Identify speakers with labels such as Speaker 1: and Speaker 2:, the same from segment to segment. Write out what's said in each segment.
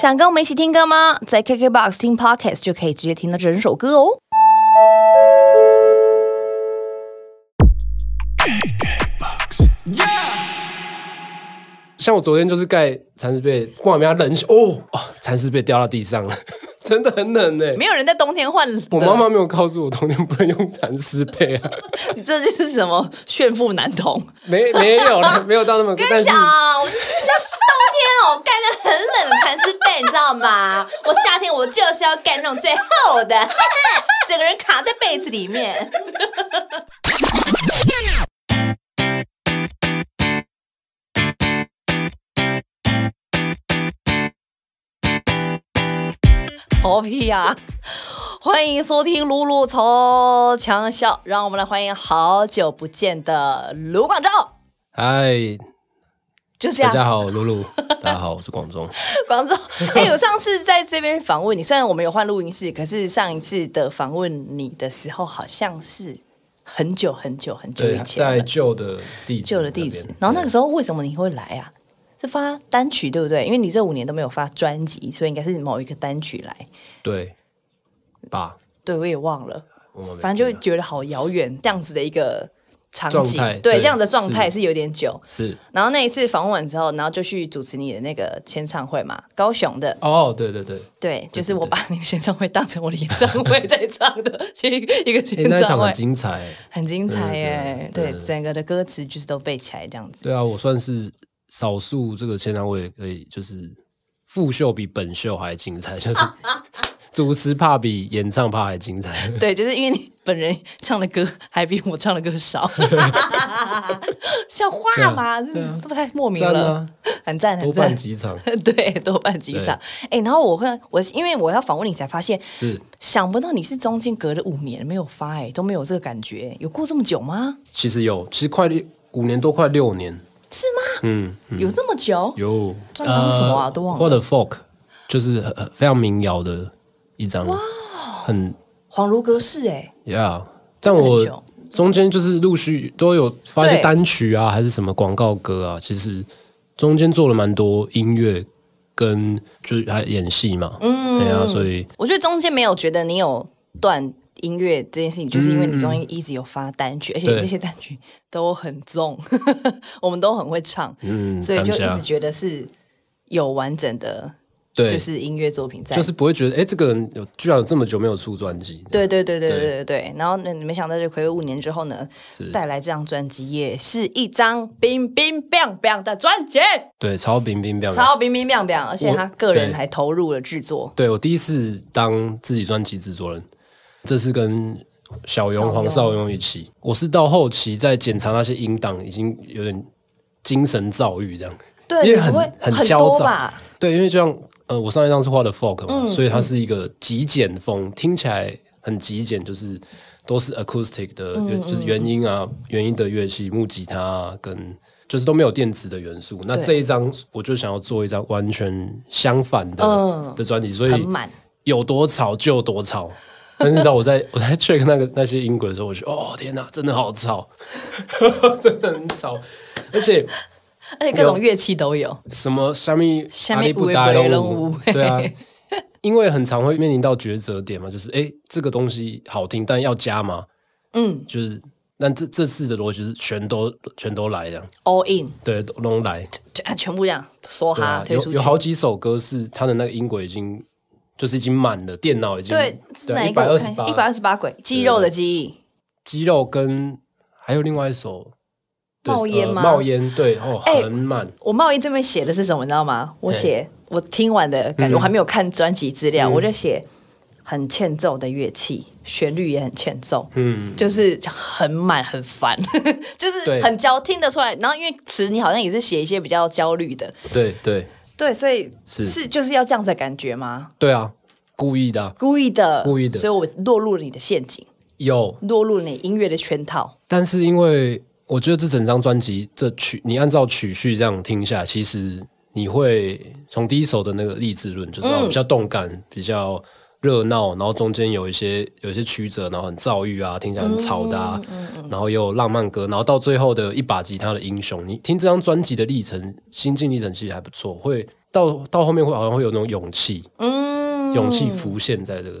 Speaker 1: 想跟我们一起听歌吗？在 KKBOX 听 Podcast 就可以直接听到整首歌哦。
Speaker 2: 像我昨天就是盖蚕丝被，挂棉被冷死哦哦，蚕丝被掉到地上了，真的很冷哎、
Speaker 1: 没有人在冬天换
Speaker 2: 我妈妈没有告诉我冬天不能用蚕丝被啊，
Speaker 1: 你这就是什么炫富男童？
Speaker 2: 没没有了，没有到那么，
Speaker 3: 跟
Speaker 2: 但
Speaker 3: 你
Speaker 2: 是
Speaker 3: 讲，我就是像冬天哦，盖 那很冷的蚕丝被，你知道吗？我夏天我就是要盖那种最厚的， 整个人卡在被子里面。
Speaker 1: 头皮呀、欢迎收听《露露超强笑》，让我们来欢迎好久不见的卢广仲。
Speaker 2: 嗨，
Speaker 1: 就这
Speaker 2: 大
Speaker 1: 样，
Speaker 2: 家好，露露，大家好，我是广仲，
Speaker 1: 广 州，哎、我上次在这边访问你，虽然我们有换录音室，可是上一次的访问你的时候，好像是很久很久很久
Speaker 2: 对
Speaker 1: 以，前
Speaker 2: 在
Speaker 1: 了
Speaker 2: 旧的地址
Speaker 1: 旧的地址
Speaker 2: 边。
Speaker 1: 然后那个
Speaker 2: 对
Speaker 1: 时候为什么你会来啊？是发单曲对不对？因为你这五年都没有发专辑，所以应该是某一个单曲来。
Speaker 2: 对吧，
Speaker 1: 对，我也忘了，
Speaker 2: 我们
Speaker 1: 反正就觉得好遥远，这样子的一个场
Speaker 2: 状
Speaker 1: 景
Speaker 2: 态，
Speaker 1: 对，
Speaker 2: 对
Speaker 1: 这样的状态
Speaker 2: 是
Speaker 1: 是有点久。
Speaker 2: 是
Speaker 1: 然后那一次访问完之后，然后就去主持你的那个签唱会嘛，高雄的。
Speaker 2: 哦，对对对，
Speaker 1: 对，就
Speaker 2: 对
Speaker 1: 是
Speaker 2: 对
Speaker 1: 我
Speaker 2: 对
Speaker 1: 把那个演唱会当成我的演唱会在唱的，去一个
Speaker 2: 诶
Speaker 1: 演
Speaker 2: 哎那一
Speaker 1: 唱
Speaker 2: 场
Speaker 1: 会
Speaker 2: 很，精彩、欸，
Speaker 1: 很精彩耶！
Speaker 2: 对对对
Speaker 1: 对
Speaker 2: 对，对
Speaker 1: 整个的歌词就是都背起来这样子。
Speaker 2: 对啊，我算是少数这个签唱会可以就是副秀比本秀还精彩，就是 主持怕比演唱怕还精彩。
Speaker 1: 对，就是因为你本人唱的歌还比我唱的歌 少，像话吗？这这不太莫名
Speaker 2: 啊赞
Speaker 1: 了
Speaker 2: 啊，
Speaker 1: 很赞很
Speaker 2: 多办
Speaker 1: 赞。
Speaker 2: 几场
Speaker 1: 对，多办几场。哎，然后我会，我因为我要访问你才发现，
Speaker 2: 是，
Speaker 1: 想不到你是中间隔了五年没有发，哎，都没有这个感觉，有过这么久吗？
Speaker 2: 其实有，其实快六五年多，快六年，
Speaker 1: 是吗？嗯，有这么久？
Speaker 2: 有呃
Speaker 1: 专辑是什么啊都忘了
Speaker 2: 或者 folk 就是很很非常民谣的一张，很
Speaker 1: 恍如隔世，哎，
Speaker 2: 呀。但
Speaker 1: 很
Speaker 2: 我
Speaker 1: 久
Speaker 2: 中间就是陆续都有发一些
Speaker 1: 对
Speaker 2: 单曲啊，还是什么广告歌啊，其实中间做了蛮多音乐跟就是还演戏嘛，嗯，对啊，所以
Speaker 1: 我觉得中间没有觉得你有断音乐这件事情，就是因为你中间一直有发单曲，而且
Speaker 2: 嗯对
Speaker 1: 这些单曲都很重， 我们都很会唱，
Speaker 2: 嗯，
Speaker 1: 所以就
Speaker 2: 感谢
Speaker 1: 一
Speaker 2: 啊
Speaker 1: 直觉得是有完整的，
Speaker 2: 对，
Speaker 1: 就是音乐作品在。
Speaker 2: 就是不会觉得哎、诶这个人有居然有这么久没有出专辑，
Speaker 1: 对对对对对
Speaker 2: 对
Speaker 1: 对对，然后呢，没想到这回归五年之后呢，
Speaker 2: 是
Speaker 1: 带来这张专辑也是一张冰冰冰冰的专辑，
Speaker 2: 对，超冰冰冰。
Speaker 1: 超冰冰冰冰，而且
Speaker 2: 我
Speaker 1: 他个人
Speaker 2: 对
Speaker 1: 还投入了制作，
Speaker 2: 对我第一次当自己专辑制作人，这次跟小
Speaker 1: 小
Speaker 2: 勇、黄
Speaker 1: 勇
Speaker 2: 少勇一起。我是到后期在检查那些音档，已经有点精神躁郁这样。
Speaker 1: 对，
Speaker 2: 因为
Speaker 1: 你
Speaker 2: 很
Speaker 1: 不会
Speaker 2: 很
Speaker 1: 很
Speaker 2: 焦
Speaker 1: 多
Speaker 2: 躁
Speaker 1: 吧？嗯
Speaker 2: 对，因为就像呃，我上一张是画的 folk 嘛，所以它是一个极简风，听起来很极简，就是都是 acoustic 的，
Speaker 1: 嗯
Speaker 2: 就是原音啊，原音的乐器，木吉他、啊、跟就是都没有电子的元素。那
Speaker 1: 对
Speaker 2: 这一张我就想要做一张完全相反的、
Speaker 1: 嗯
Speaker 2: 的专辑，所以
Speaker 1: 很满。
Speaker 2: 有多吵就有多吵。但是你知道我在我在 check 那个那些音轨的时候，我觉得哦天哪，真的好吵， 真的很吵，而且
Speaker 1: 而且各种乐器都有。
Speaker 2: 什么虾米
Speaker 1: 什么
Speaker 2: 阿里不达龙舞， 对啊，因为很常会面临到抉择点嘛，就是哎、诶这个东西好听，但要加吗？
Speaker 1: 嗯
Speaker 2: 就是那这这次的逻辑是全都全都来的，
Speaker 1: ，all in，
Speaker 2: 对，都都来，
Speaker 1: 全全部这样梭
Speaker 2: 对
Speaker 1: 哈
Speaker 2: 啊，
Speaker 1: 推
Speaker 2: 有
Speaker 1: 出去
Speaker 2: 有。好几首歌是它的那个音轨已经就是已经满了，电脑已经啊
Speaker 1: 对，是哪一
Speaker 2: 一
Speaker 1: 个？
Speaker 2: 百
Speaker 1: 我
Speaker 2: 二十
Speaker 1: 看
Speaker 2: 八，
Speaker 1: 一百二十八轨，肌肉的记忆。
Speaker 2: 肌肉跟还有另外一首对
Speaker 1: 冒烟
Speaker 2: 呃
Speaker 1: 吗
Speaker 2: 冒烟对哦，
Speaker 1: 哎
Speaker 2: 很满，
Speaker 1: 我贸易这边写的是什么，你知道吗？我写我听完的
Speaker 2: 嗯
Speaker 1: 感觉，我还没有看专辑资料，我就写很欠揍的乐器，旋律也很欠揍，嗯，就是很满很烦， 就是
Speaker 2: 对
Speaker 1: 很焦，听得出来。然后因为词你好像也是写一些比较焦虑的，
Speaker 2: 对对
Speaker 1: 对，所以
Speaker 2: 是
Speaker 1: 是就是要这样子的感觉吗？
Speaker 2: 对啊，故意的啊、
Speaker 1: 故意的，
Speaker 2: 故意的
Speaker 1: 所以我落入了你的陷阱，
Speaker 2: 有
Speaker 1: 落入了你音乐的圈套。
Speaker 2: 但是因为我觉得这整张专辑这曲，你按照曲序这样听下来，
Speaker 1: 嗯
Speaker 2: 其实你会从第一首的那个励志论，就是、啊比较动感，比较热闹，然后中间有一些有一些曲折，然后很躁郁啊，听起来
Speaker 1: 嗯
Speaker 2: 很吵的啊，然后又有浪漫歌，然后到最后的一把吉他的英雄，你听这张专辑的历程，心境历程其实还不错，会到到后面会好像会有那种勇气，嗯，勇气浮现在这个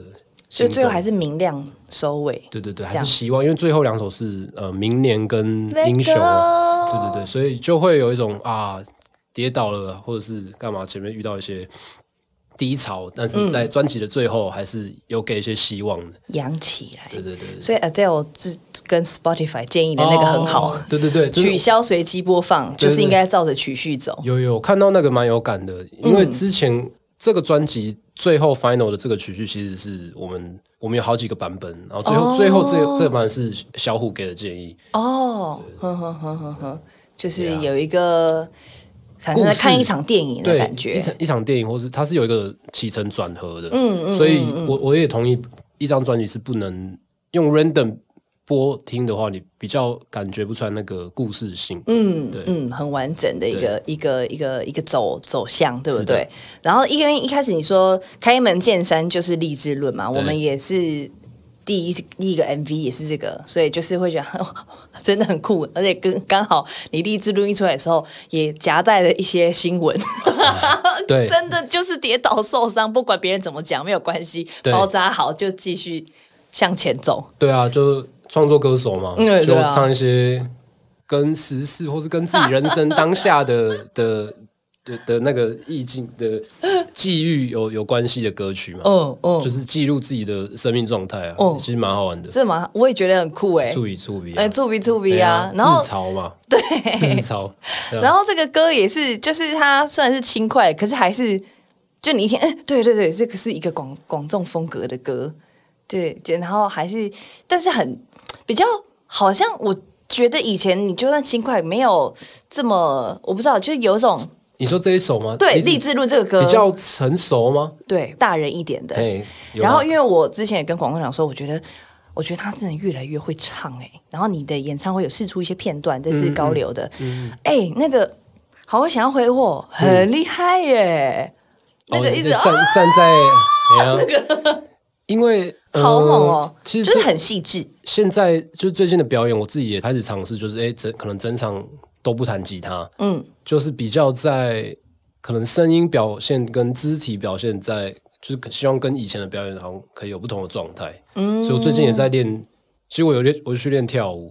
Speaker 1: 所
Speaker 2: 心中，
Speaker 1: 以最后还是明亮收尾。
Speaker 2: 对对对，
Speaker 1: 这
Speaker 2: 还
Speaker 1: 样
Speaker 2: 是希望，因为最后两首是呃明年跟
Speaker 1: Let
Speaker 2: 英雄啊，
Speaker 1: go
Speaker 2: 对对对，所以就会有一种啊跌倒了或者是干嘛，前面遇到一些低潮，但
Speaker 1: 嗯
Speaker 2: 是在专辑的最后还是有给一些希望的，
Speaker 1: 扬起来。
Speaker 2: 对对对。对
Speaker 1: 所以 Adele 是跟 Spotify 建议的那个很好，
Speaker 2: 哦对对对，就是
Speaker 1: 取消随机播放，
Speaker 2: 对
Speaker 1: 就是应该照着曲序走。
Speaker 2: 有有看到那个蛮有感的，因
Speaker 1: 嗯
Speaker 2: 为之前这个专辑最后 final 的这个曲序其实是我们我们有好几个版本，然后最后、最后这这版是小虎给的建议，
Speaker 1: 哦，哼哼哼哼哼，就是
Speaker 2: Yeah
Speaker 1: 有一个，反正
Speaker 2: 故
Speaker 1: 在
Speaker 2: 事
Speaker 1: 看一场电影的
Speaker 2: 对
Speaker 1: 感
Speaker 2: 一
Speaker 1: 觉。
Speaker 2: 场一场电影或是它是有一个起承转合的，嗯嗯，所以我我也同意，一张专辑是不能用 random 播听的话，你比较感觉不出来那个故事性，嗯，对，
Speaker 1: 嗯，很完整的一个一个一个一个走走向，对不对？然后因为一开始你说开门见山就是励志论嘛，我们也是第一第一个 MV 也是这个，所以就是会觉得、 哦、真的很酷，而且跟刚好你励志论一出来的时候，也夹带了一些新闻，
Speaker 2: 对
Speaker 1: 真的就是跌倒受伤，不管别人怎么讲没有关系，
Speaker 2: 对
Speaker 1: 包扎好就继续向前走。
Speaker 2: 对啊，就创作歌手嘛，
Speaker 1: 嗯对
Speaker 2: 就
Speaker 1: 啊
Speaker 2: 唱一些跟时事或是跟自己人生当下的 的的的那个意境的际遇有有关系的歌曲嘛，
Speaker 1: 嗯嗯，
Speaker 2: 就是记录自己的生命状态啊，
Speaker 1: 哦
Speaker 2: 其实蛮好玩的。
Speaker 1: 这嘛我也觉得很酷哎、
Speaker 2: 注意注意，
Speaker 1: 哎，助比助比
Speaker 2: 对
Speaker 1: 啊
Speaker 2: 啊，，
Speaker 1: 然后
Speaker 2: 自嘲嘛，对，自嘲，对啊
Speaker 1: 然后这个歌也是，就是它虽然是轻快，可是还是就你一听，哎、对对对，这个是一个广广众风格的歌，对，就然后还是，但是很比较，好像我觉得以前你就算轻快，没有这么，我不知道，就是有一种
Speaker 2: 你说这一首吗？
Speaker 1: 对
Speaker 2: 你是
Speaker 1: 励志论这个歌
Speaker 2: 比较成熟吗？
Speaker 1: 对大人一点的，
Speaker 2: 哎，有
Speaker 1: 然后
Speaker 2: 啊
Speaker 1: 因为我之前也跟广东讲说，我觉得。我觉得他真的越来越会唱哎、然后你的演唱会有试出一些片段，这是高流的，哎、
Speaker 2: 嗯
Speaker 1: 那个好会想要挥霍，很厉害耶、那
Speaker 2: 哦
Speaker 1: 个
Speaker 2: 你
Speaker 1: 一直、
Speaker 2: 就站
Speaker 1: 啊，
Speaker 2: 站在 那个，因为
Speaker 1: 好猛
Speaker 2: 呃
Speaker 1: 哦，
Speaker 2: 其实
Speaker 1: 就是
Speaker 2: 这
Speaker 1: 很细致，
Speaker 2: 现在就是最近的表演，我自己也开始尝试，就是哎，整可能整场都不弹吉他，
Speaker 1: 嗯，
Speaker 2: 就是比较在可能声音表现跟肢体表现在，就是希望跟以前的表演好像可以有不同的状态。嗯，所以我最近也在练，其实我有练，我去练跳舞，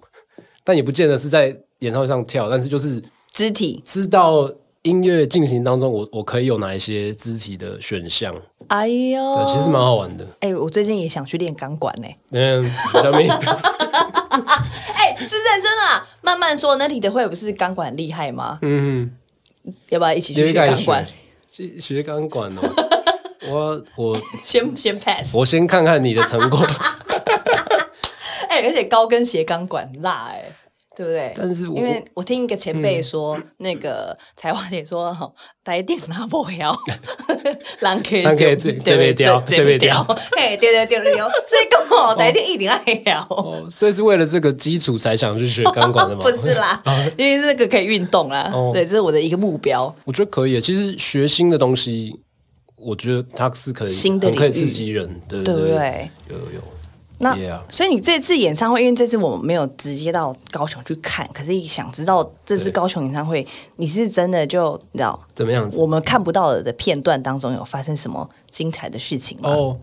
Speaker 2: 但也不见得是在演唱会上跳，但是就是
Speaker 1: 肢体。
Speaker 2: 知道音乐进行当中我，我可以有哪一些肢体的选项，
Speaker 1: 哎
Speaker 2: 对，
Speaker 1: 呦，
Speaker 2: 其实蛮好玩的。
Speaker 1: 哎、我最近也想去练钢管哎、
Speaker 2: 嗯，小
Speaker 1: 哎、
Speaker 2: 明，
Speaker 1: 是认真的啊。慢慢说，那李德惠不是钢管厉害吗？
Speaker 2: 嗯，
Speaker 1: 要不要一起去
Speaker 2: 有一
Speaker 1: 学
Speaker 2: 个感
Speaker 1: 钢
Speaker 2: 觉
Speaker 1: 管？
Speaker 2: 学学钢管哦。 我我
Speaker 1: 先先 pass。
Speaker 2: 我先看看你的成果，
Speaker 1: 哎、而且高跟鞋钢管很辣哎、对不对？
Speaker 2: 但是我嗯
Speaker 1: 因为我听一个前辈说，那个才华姐说，吼台顶拿不了， 人可以
Speaker 2: 人客做做不掉
Speaker 1: 对不
Speaker 2: 做
Speaker 1: 掉，嘿，对对对对对，所以讲吼台顶一定爱了，
Speaker 2: 哦，所以是为了这个基础才想去学钢管的吗？
Speaker 1: 不是啦，因为那个可以运动啦，
Speaker 2: 哦
Speaker 1: 对，这是我的一个目标。
Speaker 2: 我觉得可以。其实学新的东西，我觉得它是可以，
Speaker 1: 新的
Speaker 2: 很可以
Speaker 1: 领域
Speaker 2: 刺激人，对
Speaker 1: 对不
Speaker 2: 对
Speaker 1: 对？
Speaker 2: 有有有，
Speaker 1: 那
Speaker 2: Yeah
Speaker 1: 所以你这次演唱会，因为这次我们没有直接到高雄去看，可是想知道这次
Speaker 2: 对
Speaker 1: 高雄演唱会，你是真的就你知道
Speaker 2: 怎么样子？
Speaker 1: 我们看不到的片段当中有发生什么精彩的事情吗？
Speaker 2: 哦，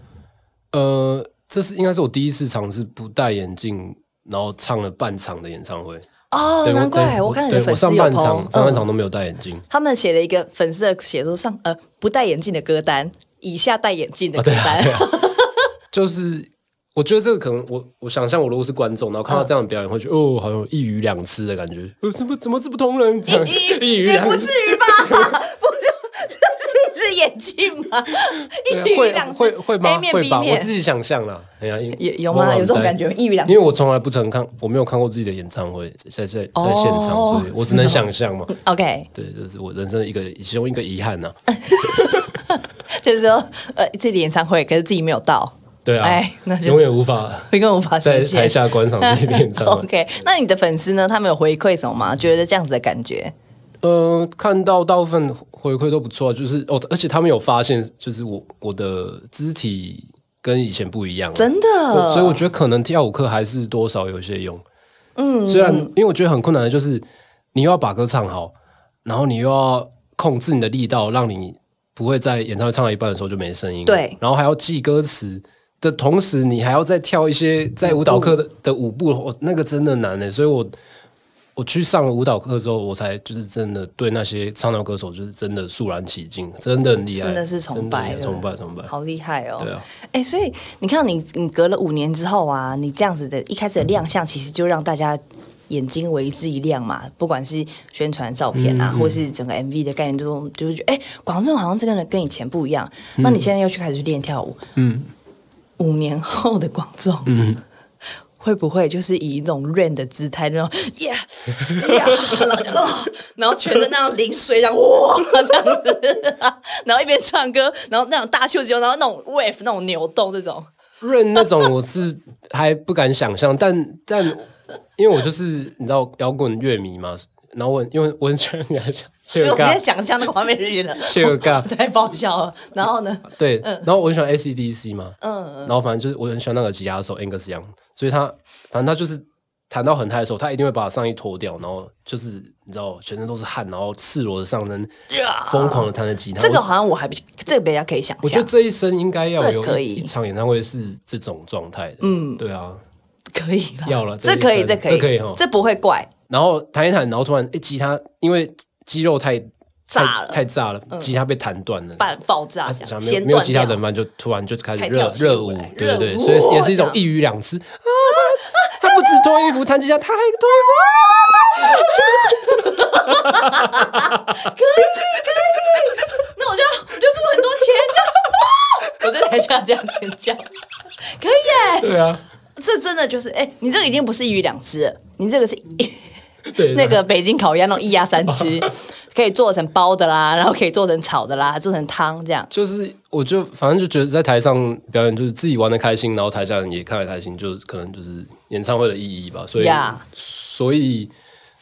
Speaker 2: 呃，这是应该是我第一次尝试不戴眼镜，然后唱了半场的演唱会。
Speaker 1: 哦，
Speaker 2: 对
Speaker 1: 难怪
Speaker 2: 对
Speaker 1: 我看你的
Speaker 2: 对
Speaker 1: 粉
Speaker 2: 我
Speaker 1: 丝
Speaker 2: 上
Speaker 1: 有
Speaker 2: 半
Speaker 1: po，
Speaker 2: 场
Speaker 1: 嗯
Speaker 2: 上半场都没有戴眼镜。
Speaker 1: 他们写了一个粉丝的写作上呃不戴眼镜的歌单，以下戴眼镜的
Speaker 2: 啊，
Speaker 1: 歌
Speaker 2: 对啊，
Speaker 1: 单，
Speaker 2: 对啊，就是我觉得这个可能我我想象我如果是观众，然后看到这样的表演，会觉得哦，好像一鱼两吃的感觉，呃，怎么怎么是不同人？这样 一鱼
Speaker 1: 也
Speaker 2: 两
Speaker 1: 不至，
Speaker 2: 吃
Speaker 1: 于吧？不就就是一只眼镜吗？一
Speaker 2: 对啊
Speaker 1: 鱼
Speaker 2: 会
Speaker 1: 两
Speaker 2: 会
Speaker 1: 吃
Speaker 2: 会
Speaker 1: ，A
Speaker 2: 吗？
Speaker 1: 面
Speaker 2: 会
Speaker 1: B
Speaker 2: 吧？我
Speaker 1: 面
Speaker 2: 自己想象啦，哎呀，
Speaker 1: 有有吗？有这种感觉吗，一鱼两
Speaker 2: 因为我从来不曾看，我没有看过自己的演唱会，在在在在现场，
Speaker 1: 哦
Speaker 2: 所以我只能想象嘛。
Speaker 1: OK，
Speaker 2: 对，这是我人生的一个其中一个遗憾啊呐、
Speaker 1: 就是说呃自己的演唱会，可是自己没有到，
Speaker 2: 对啊，
Speaker 1: 哎那就是
Speaker 2: 永远无法
Speaker 1: 会跟我发
Speaker 2: 在
Speaker 1: 实现
Speaker 2: 台下观赏自己的演唱会。
Speaker 1: OK，那你的粉丝呢？他们有回馈什么吗？觉得这样子的感觉？
Speaker 2: 呃，看到大部啊分回馈都不错，就是哦，而且他们有发现，就是我我的肢体跟以前不一样了，
Speaker 1: 真的
Speaker 2: 我所以我觉得可能跳舞课还是多少有些用。嗯，虽然因为我觉得很困难的就是你又要把歌唱好，然后你又要控制你的力道，让你不会在演唱会唱到一半的时候就没声音。
Speaker 1: 对
Speaker 2: 然后还要记歌词的同时，你还要再跳一些在舞蹈课的的舞步，哦，那个真的难呢。所以我我去上了舞蹈课之后，我才就是真的对那些唱跳歌手就是真的肃然起敬，真的很厉害，
Speaker 1: 真的是崇拜
Speaker 2: 真的厉害崇拜崇拜。
Speaker 1: 好厉害哦！
Speaker 2: 对啊，
Speaker 1: 哎、所以你看你，你隔了五年之后啊，你这样子的一开始的亮相，其实就让大家眼睛为之一亮嘛。不管是宣传照片啊，或是整个 MV 的概念，都就是觉得，哎、广州好像真的跟以前不一样。那你现在又去开始练跳舞，嗯，五年后的广州，嗯。会不会就是以一种 rain 的姿态，那种 yeah yeah，然后就 哦，然后全身那样淋水，然后哇这样子，然后一边唱歌，然后那种大袖子，然后那种 wave 那种扭动这种，
Speaker 2: 润那种我是还不敢想象，但但因为我就是你知道摇滚乐迷嘛，然后我因为我很喜欢人家切
Speaker 1: 因为
Speaker 2: 尔
Speaker 1: 我们在
Speaker 2: 嘎
Speaker 1: 想象那个画面日了，
Speaker 2: 切尔嘎，
Speaker 1: 太爆笑了。然后呢，
Speaker 2: 对，然后我很喜欢 ACDC 嘛，嗯，然后反正就是我很喜欢那个吉他手 Angus Young，所以他反正他就是弹到很嗨的时候，他一定会把上衣脱掉，然后就是你知道全身都是汗，然后赤裸的上身，疯狂的弹着吉他，
Speaker 1: 这个
Speaker 2: 我
Speaker 1: 好像我还比这个比较可以想
Speaker 2: 我觉得
Speaker 1: 象，
Speaker 2: 这一生应该要
Speaker 1: 这
Speaker 2: 有
Speaker 1: 可
Speaker 2: 一
Speaker 1: 以
Speaker 2: 一场演唱会是这种状态的，嗯，对啊，
Speaker 1: 可以了，
Speaker 2: 要了
Speaker 1: 这
Speaker 2: 这
Speaker 1: 可以，
Speaker 2: 一
Speaker 1: 这
Speaker 2: 生
Speaker 1: 可以，
Speaker 2: 这可以哦
Speaker 1: 这不会怪，
Speaker 2: 然后弹一弹，然后突然诶，吉他因为肌肉太
Speaker 1: 炸
Speaker 2: 太
Speaker 1: 了
Speaker 2: 太炸了，吉他被弹断了。
Speaker 1: 爆爆炸
Speaker 2: 啊
Speaker 1: 这样，
Speaker 2: 想没有
Speaker 1: 先
Speaker 2: 没有
Speaker 1: 断
Speaker 2: 吉他
Speaker 1: 掉。
Speaker 2: 怎么办？就突然就开始
Speaker 1: 开始
Speaker 2: 热
Speaker 1: 跳起
Speaker 2: 热舞
Speaker 1: 舞来，
Speaker 2: 对对对，
Speaker 1: 热舞
Speaker 2: 所以也是一
Speaker 1: 这
Speaker 2: 种
Speaker 1: 样
Speaker 2: 一鱼两吃啊！他不止脱衣服弹吉他，他还脱衣
Speaker 1: 那我就我就付很多钱， 这样我在台下这样尖叫， 可以耶！
Speaker 2: 服。对啊，
Speaker 1: 这真的就是，哎、你这个已经不是一鱼两吃了，你这个是一。
Speaker 2: 对
Speaker 1: 那个北京烤鸭那种一鸭三 吃，可以做成包的啦，然后可以做成炒的啦，做成汤这样。
Speaker 2: 就是我就反正就觉得在台上表演就是自己玩的开心，然后台下人也看得开心，就是可能就是演唱会的意义吧。所以
Speaker 1: Yeah
Speaker 2: 所以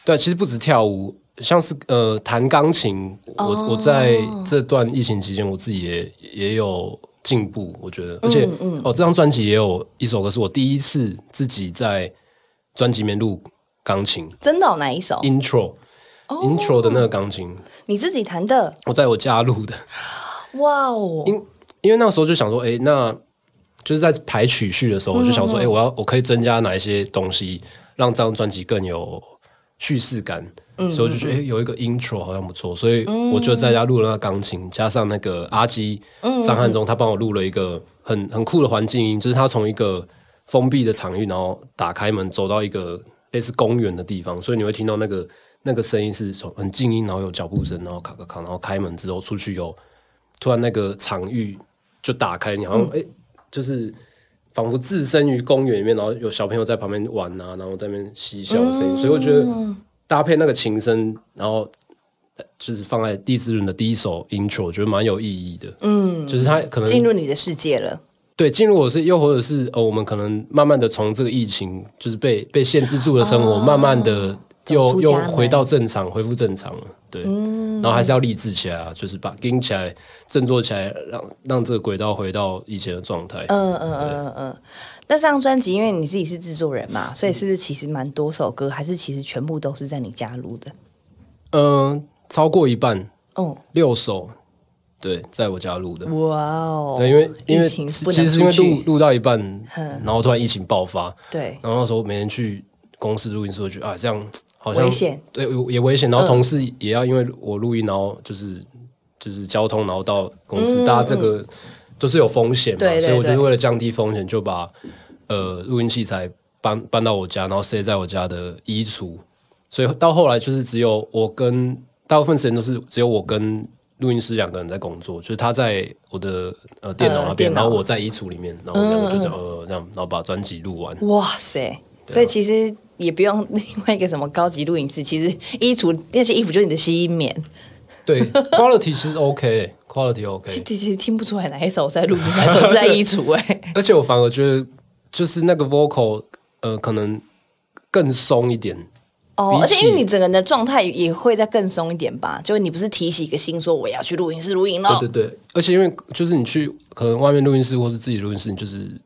Speaker 2: 对，其实不止跳舞，像是呃弹钢琴，我、我在这段疫情期间我自己也也有进步，我觉得，而且、哦这张专辑也有一首歌是我第一次自己在专辑里面录钢琴
Speaker 1: 真的、哦、哪一首？
Speaker 2: intro、intro 的那个钢琴，
Speaker 1: 你自己弹的？
Speaker 2: 我在我家录的。
Speaker 1: 哇哦！
Speaker 2: 因因为那时候就想说，哎、那就是在排曲序的时候，我就想说，哎、我要我可以增加哪一些东西，让这张专辑更有叙事感。所以我就觉得、哎有一个 intro 好像不错，所以我就在家录了那钢琴，加上那个阿基张汉忠，他帮我录了一个很很酷的环境音，就是他从一个封闭的场域，然后打开门走到一个类似公园的地方，所以你会听到那个那个声音是从很静音，然后有脚步声，然后咔咔咔，然后开门之后出去有突然那个场域就打开，你好像哎、诶就是仿佛置身于公园里面，然后有小朋友在旁边玩啊，然后在那边嬉笑的声音，所以我觉得搭配那个琴声，然后呃就是放在第四轮的第一首 intro，我觉得蛮有意义的。嗯，就是它可能
Speaker 1: 进入你的世界了，
Speaker 2: 对，进入我是又或者是哦，我们可能慢慢的从这个疫情就是被被限制住的生活，慢慢的
Speaker 1: 哦走
Speaker 2: 又
Speaker 1: 出
Speaker 2: 又
Speaker 1: 家门嗯
Speaker 2: 回到正常，恢复正常了。对，然后还是要励志起来啊，就是把盯起来，振作起来，让让这个轨道回到以前的状态。嗯嗯嗯，
Speaker 1: 嗯嗯。那这张专辑，因为你自己是制作人嘛，所以是不是其实蛮多首歌，还是其实全部都是在你家录的？
Speaker 2: 嗯，超过一半，
Speaker 1: 哦，
Speaker 2: 六首，对，在我家录的。
Speaker 1: 哇哦！
Speaker 2: 对，因为因为
Speaker 1: 疫情不能
Speaker 2: 其实是因为
Speaker 1: 出去
Speaker 2: 录录到一半，然后突然疫情爆发，
Speaker 1: 对
Speaker 2: 然后那时候每天去公司录音室，我觉得啊，这样好像
Speaker 1: 危险，嗯
Speaker 2: 对，也危险。然后同事也要因为我录音，然后就是就是交通，然后到公司，大家这个都是有风险嘛，
Speaker 1: 嗯对对
Speaker 2: 所以我就
Speaker 1: 对
Speaker 2: 是为了降低风险，就把呃录音器材搬搬到我家，然后塞在我家的衣橱。所以到后来就是只有我跟大部分时间都是只有我跟录音师两个人在工作，就是他在我的呃电脑那边，
Speaker 1: 电脑
Speaker 2: 然后我在衣橱里面，然后我们两个就这样、呃这样，然后把专辑录完。
Speaker 1: 哇塞！
Speaker 2: 啊
Speaker 1: 所以其实也不用另外一个什么高级录影室，其实衣橱那些衣服就是你的吸音棉，
Speaker 2: 对，quality 其实 OK，quality OK，,
Speaker 1: 其实听不出来哪一首是在录 影室，哪一首是在衣橱哎、
Speaker 2: 而且我反而觉得就是那个 vocal 呃可能更松一点，
Speaker 1: 哦，
Speaker 2: 比
Speaker 1: 而
Speaker 2: 起
Speaker 1: 且因为你整个人的状态也会再更松一点吧，就是你不是提起一个心说我要去录音室录音了，
Speaker 2: 对对对，而且因为就是你去可能外面录音室或是自己录音室，你就是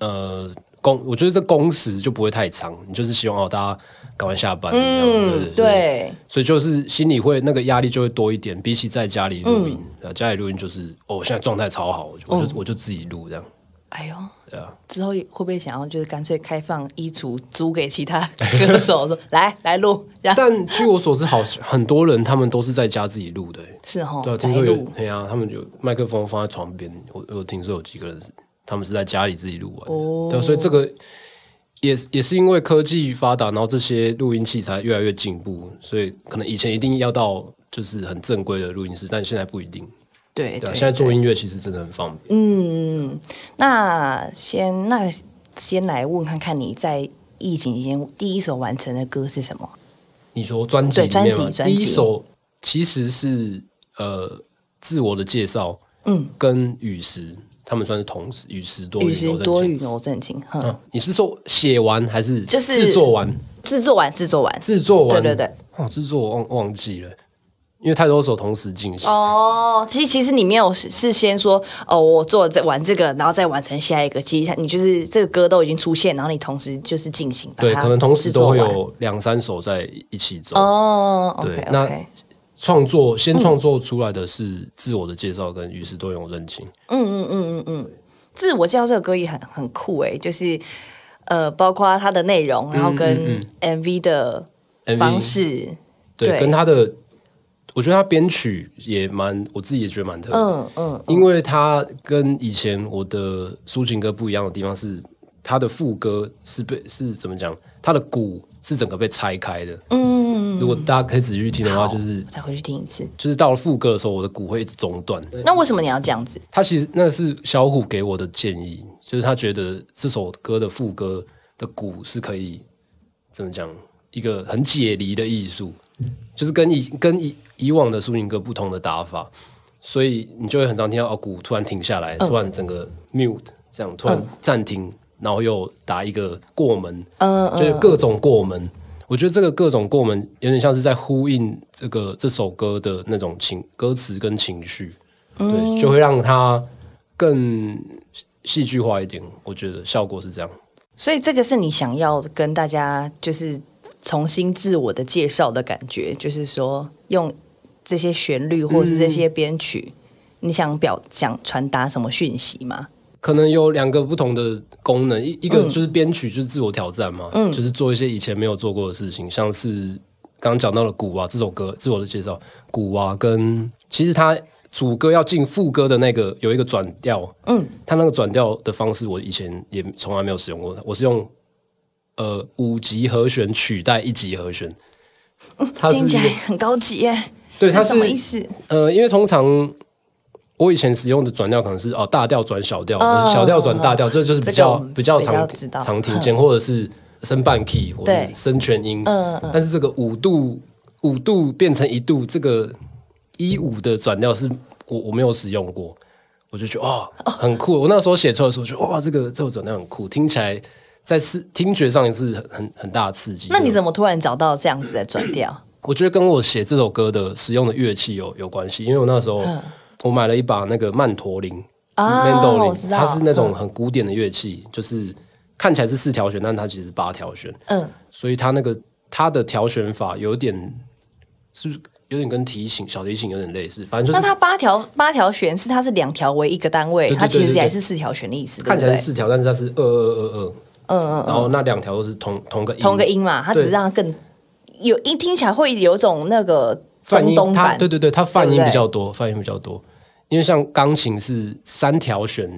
Speaker 2: 呃工，我觉得这工时就不会太长，你就是希望哦大家赶快下班，嗯
Speaker 1: 嗯，对，
Speaker 2: 所以就是心里会那个压力就会多一点，比起在家里录音，
Speaker 1: 嗯
Speaker 2: 呃家里录音就是哦我现在状态超好，我就、
Speaker 1: 哦
Speaker 2: 我就我就自己录这样，
Speaker 1: 哎呦，
Speaker 2: 对啊，
Speaker 1: 之后会不会想要就是干脆开放衣橱租给其他歌手说 来来录，然后
Speaker 2: 但据我所知，好像很多人他们都是在家自己录的、欸
Speaker 1: 是哦，
Speaker 2: 对啊，听
Speaker 1: 来
Speaker 2: 说有
Speaker 1: 录，
Speaker 2: 哎呀、他们就麦克风放在床边，我我听说有几个人是他们是在家里自己录完的，
Speaker 1: 哦
Speaker 2: 对啊、所以这个也是也是因为科技发达，然后这些录音器材越来越进步，所以可能以前一定要到就是很正规的录音室，但现在不一定，
Speaker 1: 对
Speaker 2: 对啊，
Speaker 1: 对，
Speaker 2: 现在做音乐其实真的很方便。
Speaker 1: 嗯，那先那先来问看看你在疫情期间第一首完成的歌是什么？
Speaker 2: 你说专辑
Speaker 1: 对
Speaker 2: 里面嘛
Speaker 1: 专辑专
Speaker 2: 第
Speaker 1: 辑
Speaker 2: 一首其实是呃自我的介绍，嗯，跟雨石他们算是同时，雨石多
Speaker 1: 雨
Speaker 2: 云
Speaker 1: 时
Speaker 2: 柔韧
Speaker 1: 多
Speaker 2: 性
Speaker 1: 雨柔震惊，哼、
Speaker 2: 啊，你是说写完还是
Speaker 1: 就是
Speaker 2: 制作完？
Speaker 1: 制作完制作完，
Speaker 2: 制作完，
Speaker 1: 对对对，
Speaker 2: 哦，制作我忘忘记了，因为太多首同时进行。
Speaker 1: 哦，其实其实你没有事先说哦，我做这完这个，然后再完成下一个。其实你就是这个歌都已经出现，然后你同时就是进行把它
Speaker 2: 对，可能同时
Speaker 1: 制作
Speaker 2: 都会
Speaker 1: 完
Speaker 2: 有两三首在一起走。
Speaker 1: 哦。OK 嗯
Speaker 2: 对
Speaker 1: OK，
Speaker 2: 那创作先创作出来的是自我的介绍跟于是多有认清。
Speaker 1: 自我介绍这个歌也很很酷诶、就是呃，包括它的内容，然后
Speaker 2: 嗯
Speaker 1: 跟 MV 的
Speaker 2: MV
Speaker 1: 方式，
Speaker 2: 对，
Speaker 1: 对
Speaker 2: 跟他的，我觉得他编曲也蛮，我自己也觉得蛮特别。
Speaker 1: 嗯嗯，
Speaker 2: 因为它跟以前我的抒情歌不一样的地方是，它的副歌是被是怎么讲？它的鼓是整个被拆开的。嗯，如果大家可以仔细听的话，
Speaker 1: 好
Speaker 2: 就是
Speaker 1: 哦我再回去听一次。
Speaker 2: 就是到了副歌的时候，我的鼓会一直中断。
Speaker 1: 那为什么你要这样子？
Speaker 2: 他其实那是小虎给我的建议，就是他觉得这首歌的副歌的鼓是可以怎么讲，一个很解离的艺术，就是跟以跟以以往的抒情歌不同的打法，所以你就会很常听到哦，鼓突然停下来，突然整个 mute 这样，突然暂停，然后又打一个过门，嗯，就是各种过门。我觉得这个各种过门有点像是在呼应这个这首歌的那种情歌词跟情绪，
Speaker 1: 哦
Speaker 2: 对，就会让它更戏戏剧化一点。我觉得效果是这样。
Speaker 1: 所以这个是你想要跟大家就是重新自我的介绍的感觉，就是说用这些旋律或是这些编
Speaker 2: 嗯
Speaker 1: 曲，你想表想传达什么讯息吗？
Speaker 2: 可能有两个不同的功能，一一个
Speaker 1: 嗯
Speaker 2: 就是编曲，就是自我挑战嘛，就是做一些以前没有做过的事情，像是刚刚讲到的鼓啊这首歌，自我的介绍，鼓啊跟其实它主歌要进副歌的那个有一个转调，嗯，它那个转调的方式我以前也从来没有使用过，我是用呃五级和弦取代一级和弦，它是一
Speaker 1: 哦听起来
Speaker 2: 个
Speaker 1: 很高级耶，
Speaker 2: 对它
Speaker 1: 什
Speaker 2: 是
Speaker 1: 么意思？
Speaker 2: 呃，因为通常我以前使用的转调可能是哦大调转小调，小调转大调，这就是
Speaker 1: 哦
Speaker 2: 比
Speaker 1: 这个
Speaker 2: 较
Speaker 1: 我们
Speaker 2: 比较
Speaker 1: 比较
Speaker 2: 常
Speaker 1: 知道嗯
Speaker 2: 常听见，或者是升半 key 或者
Speaker 1: 对嗯
Speaker 2: 升全音。但是这个五度五度变成一度，这个一五的转调是我我没有使用过，我就觉得哦很酷。我那时候写出来的时候，我觉得哇这个这个转调很酷，听起来在视听觉上也是很很很大的刺激。
Speaker 1: 那你
Speaker 2: 对
Speaker 1: 怎么突然找到这样子的转调？
Speaker 2: 我觉得跟我写这首歌的使用的乐器有有关系，因为我那时候
Speaker 1: 嗯
Speaker 2: 我买了一把那个曼陀铃
Speaker 1: 啊
Speaker 2: m a n d o
Speaker 1: 我知
Speaker 2: l
Speaker 1: 道嗯
Speaker 2: 它是那种很古典的乐器，就是看起来是四条弦，但它其实是八条弦，
Speaker 1: 嗯，
Speaker 2: 所以它那个它的调弦法有点是不是有点跟提琴小提琴有点类似，反正就
Speaker 1: 那
Speaker 2: 是
Speaker 1: 它八条八条弦是它是两条为一个单位，
Speaker 2: 对对
Speaker 1: 它其
Speaker 2: 对
Speaker 1: 实
Speaker 2: 对
Speaker 1: 也
Speaker 2: 对
Speaker 1: 是四条弦的意思，对
Speaker 2: 看
Speaker 1: 不
Speaker 2: 起来
Speaker 1: 对
Speaker 2: 是？四条，但是它是二二二二，嗯嗯，然后那两条都是同同个音
Speaker 1: 同个音嘛，它只
Speaker 2: 对
Speaker 1: 是让它更有一听起来会有种那个
Speaker 2: 泛
Speaker 1: 中
Speaker 2: 音
Speaker 1: 东
Speaker 2: 它
Speaker 1: 版，
Speaker 2: 对对对，它泛
Speaker 1: 对
Speaker 2: 音
Speaker 1: 不对
Speaker 2: 比较多，泛音比较多。因为像钢琴是三条弦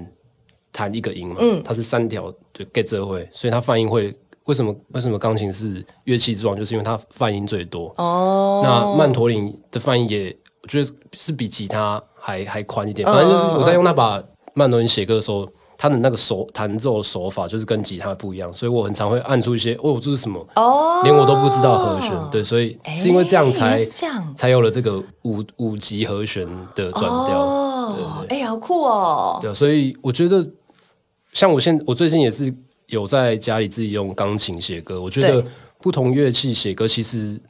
Speaker 2: 弹一个音嘛，
Speaker 1: 嗯
Speaker 2: 它是三条对 get 这会，所以它泛音会为什么为什么钢琴是乐器之王，就是因为它泛音最多。哦，那曼陀林的泛音也我觉得是比吉他还还宽一点，
Speaker 1: 嗯
Speaker 2: 反正就是我在用那把曼陀林写歌的时候。它的那个手弹奏的手法就是跟吉他不一样，所以我很常会按出一些哦，这是什么？
Speaker 1: 哦
Speaker 2: 连我都不知道和弦，对，所以是因为这样才、
Speaker 1: 原哦哎来是这样
Speaker 2: 才有了这个五五级和弦的转调，
Speaker 1: 哦，哎、好酷哦！
Speaker 2: 对啊，所以我觉得像我现我最近也是有在家里自己用钢琴写歌，我觉得
Speaker 1: 对
Speaker 2: 不同乐器写歌，其实